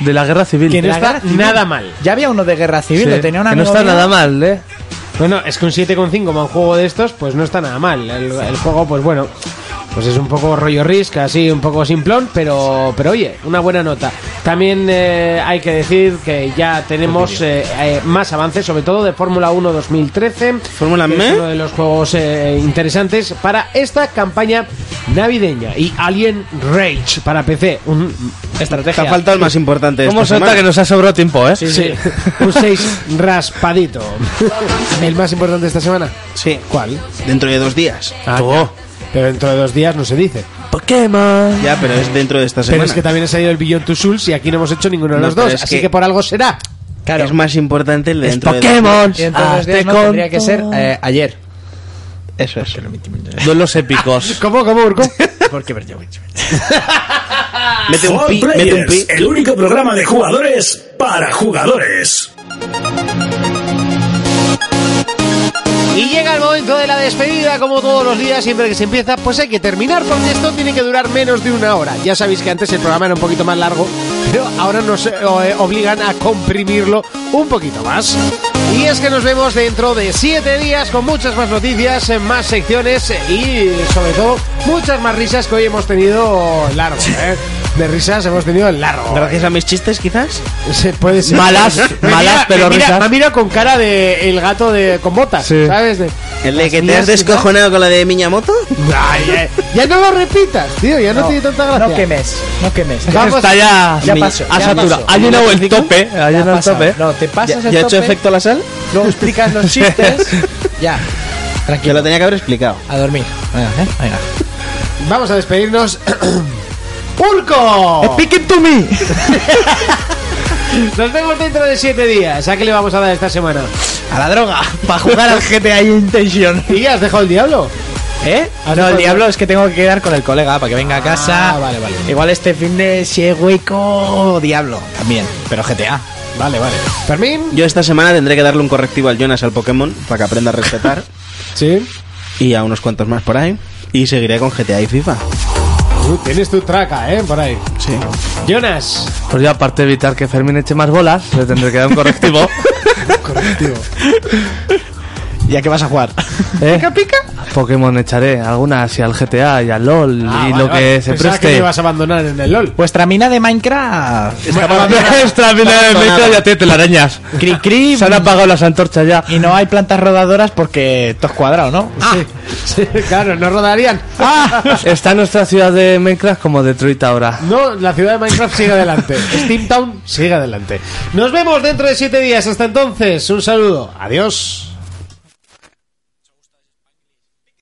[SPEAKER 6] De la guerra civil.
[SPEAKER 1] Que no
[SPEAKER 6] La
[SPEAKER 1] está
[SPEAKER 6] guerra-
[SPEAKER 1] nada mal.
[SPEAKER 4] Ya había uno de guerra civil.
[SPEAKER 6] Sí,
[SPEAKER 4] Lo tenía una
[SPEAKER 6] que no está nada mal, ¿eh?
[SPEAKER 1] Bueno, es que un 7,5 para un juego de estos, pues no está nada mal. El, el juego, pues bueno, pues es un poco rollo risk, así un poco simplón, pero, pero oye, una buena nota. También eh, hay que decir que ya tenemos eh, eh, más avances, sobre todo de Fórmula 1 2013.
[SPEAKER 5] ¿Fórmula
[SPEAKER 1] que es
[SPEAKER 5] M?
[SPEAKER 1] Uno de los juegos eh, interesantes para esta campaña navideña. Y Alien Rage para PC, un
[SPEAKER 5] Te ha
[SPEAKER 1] estrategia.
[SPEAKER 5] faltado el más importante de
[SPEAKER 6] ¿Cómo
[SPEAKER 5] esta
[SPEAKER 6] se nota
[SPEAKER 5] semana.
[SPEAKER 6] que nos ha sobrado tiempo, eh?
[SPEAKER 1] Sí, sí. un 6 raspadito. el más importante de esta semana.
[SPEAKER 5] Sí.
[SPEAKER 1] ¿Cuál?
[SPEAKER 5] Dentro de dos días.
[SPEAKER 6] Ah,
[SPEAKER 1] Tú. Pero dentro de dos días no se dice.
[SPEAKER 6] Pokémon.
[SPEAKER 5] Ya, pero es dentro de esta
[SPEAKER 1] Pero
[SPEAKER 5] semana.
[SPEAKER 1] es que también ha salido el Beyond Two Souls y aquí no hemos hecho ninguno de
[SPEAKER 5] No,
[SPEAKER 1] los
[SPEAKER 5] pero
[SPEAKER 1] dos.
[SPEAKER 5] es
[SPEAKER 1] Así que...
[SPEAKER 5] que-
[SPEAKER 1] por algo será.
[SPEAKER 4] Claro.
[SPEAKER 5] Es más importante el de
[SPEAKER 6] Es
[SPEAKER 5] dentro de dos
[SPEAKER 6] Pokémon.
[SPEAKER 4] Y entonces
[SPEAKER 6] Hazte
[SPEAKER 4] Dios, no, tendría que ser
[SPEAKER 6] tonto.
[SPEAKER 4] eh, ayer.
[SPEAKER 5] días. Eso es.
[SPEAKER 6] Duelos épicos.
[SPEAKER 1] ¿Cómo, cómo, Urco?
[SPEAKER 4] Porque ver, yo-
[SPEAKER 5] Mete un
[SPEAKER 2] For
[SPEAKER 5] pi, mete un pi.
[SPEAKER 2] Players, el único programa de jugadores para jugadores.
[SPEAKER 1] y llega el momento de la despedida, como todos los días, siempre que se empieza, pues hay que terminar, porque esto tiene que durar menos de una hora. Ya sabéis que antes el programa era un poquito más largo, pero ahora nos eh, eh, obligan a comprimirlo un poquito más. Y es que nos vemos dentro de siete días con muchas más noticias, eh, más secciones eh, y sobre todo muchas más risas que hoy hemos tenido largo. ¿eh? De risas hemos tenido largo. ¿eh?
[SPEAKER 5] Gracias a mis chistes, quizás.
[SPEAKER 1] Se puede ser.
[SPEAKER 6] Malas,
[SPEAKER 1] Me
[SPEAKER 6] malas,
[SPEAKER 1] mira-
[SPEAKER 6] pero
[SPEAKER 1] me mira,
[SPEAKER 6] risas.
[SPEAKER 1] Me mira con cara de el gato de con botas,
[SPEAKER 6] Sí.
[SPEAKER 1] ¿sabes? De-
[SPEAKER 5] El de que te
[SPEAKER 1] mías,
[SPEAKER 5] has descojonado con la de Miyamoto.
[SPEAKER 1] Ay, eh, ya no lo repitas, tío, ya no, tiene tanta gracia.
[SPEAKER 4] No quemes. No quemes.
[SPEAKER 1] Vamos-
[SPEAKER 6] Está ya,
[SPEAKER 4] Ya
[SPEAKER 6] mi-
[SPEAKER 4] pasó,
[SPEAKER 6] a
[SPEAKER 4] ya
[SPEAKER 6] satura.
[SPEAKER 4] pasó.
[SPEAKER 6] Ha llenado el tope. Ha
[SPEAKER 4] Ya
[SPEAKER 6] llenado el
[SPEAKER 4] pasado.
[SPEAKER 6] tope.
[SPEAKER 4] No, te pasas
[SPEAKER 5] ¿Ya,
[SPEAKER 4] el
[SPEAKER 5] ya ha hecho
[SPEAKER 4] tope,
[SPEAKER 5] efecto la sal?
[SPEAKER 4] luego explicas los chistes. ya.
[SPEAKER 5] Que
[SPEAKER 4] Tranquilo.
[SPEAKER 5] lo tenía que haber explicado.
[SPEAKER 4] A dormir. Venga, ¿eh? Venga.
[SPEAKER 1] Vamos a despedirnos. ¡Urco!
[SPEAKER 6] Speak it to me.
[SPEAKER 1] Nos vemos dentro de siete días. ¿A qué le vamos a dar esta semana?
[SPEAKER 4] A la droga. Para jugar al GTA Intention.
[SPEAKER 1] ¿Y ya has dejado el diablo?
[SPEAKER 4] ¿Eh? No, el diablo es que tengo que quedar con el colega para que venga a casa.
[SPEAKER 1] Ah, vale, vale.
[SPEAKER 4] Igual este fin de si es hueco, diablo. También, pero GTA.
[SPEAKER 1] Vale, vale. ¿Fermín?
[SPEAKER 5] Yo esta semana tendré que darle un correctivo al Jonas al Pokémon para que aprenda a respetar.
[SPEAKER 1] Sí.
[SPEAKER 5] y a unos cuantos más por ahí. Y seguiré con GTA y FIFA.
[SPEAKER 1] Uh, tienes tu traca, ¿eh? Por ahí.
[SPEAKER 5] Sí.
[SPEAKER 1] Jonas.
[SPEAKER 6] Pues yo, aparte de evitar que Fermín eche más bolas, le tendré que dar un correctivo.
[SPEAKER 4] ¿Ya que vas a jugar?
[SPEAKER 6] ¿Eh? ¿Pica, pica? Pokémon echaré algunas y al GTA y al LOL
[SPEAKER 1] Ah,
[SPEAKER 6] y
[SPEAKER 1] vale,
[SPEAKER 6] lo que
[SPEAKER 1] vale.
[SPEAKER 6] se
[SPEAKER 1] Pensaba que
[SPEAKER 6] preste. Pues,
[SPEAKER 1] me ibas a abandonar en el LOL.
[SPEAKER 4] Vuestra mina de Minecraft.
[SPEAKER 6] Nuestra mina de micro ya tiene telarañas.
[SPEAKER 4] Cri cri.
[SPEAKER 6] Se han apagado las antorchas ya.
[SPEAKER 4] Y no hay plantas rodadoras porque todo es cuadrado, ¿no?
[SPEAKER 1] Sí. Sí, claro, no rodarían.
[SPEAKER 6] Está nuestra ciudad de Minecraft como Detroit ahora.
[SPEAKER 1] No, la ciudad de Minecraft sigue adelante. Steamtown sigue adelante. Nos vemos dentro de siete días. Hasta entonces, un saludo. Adiós.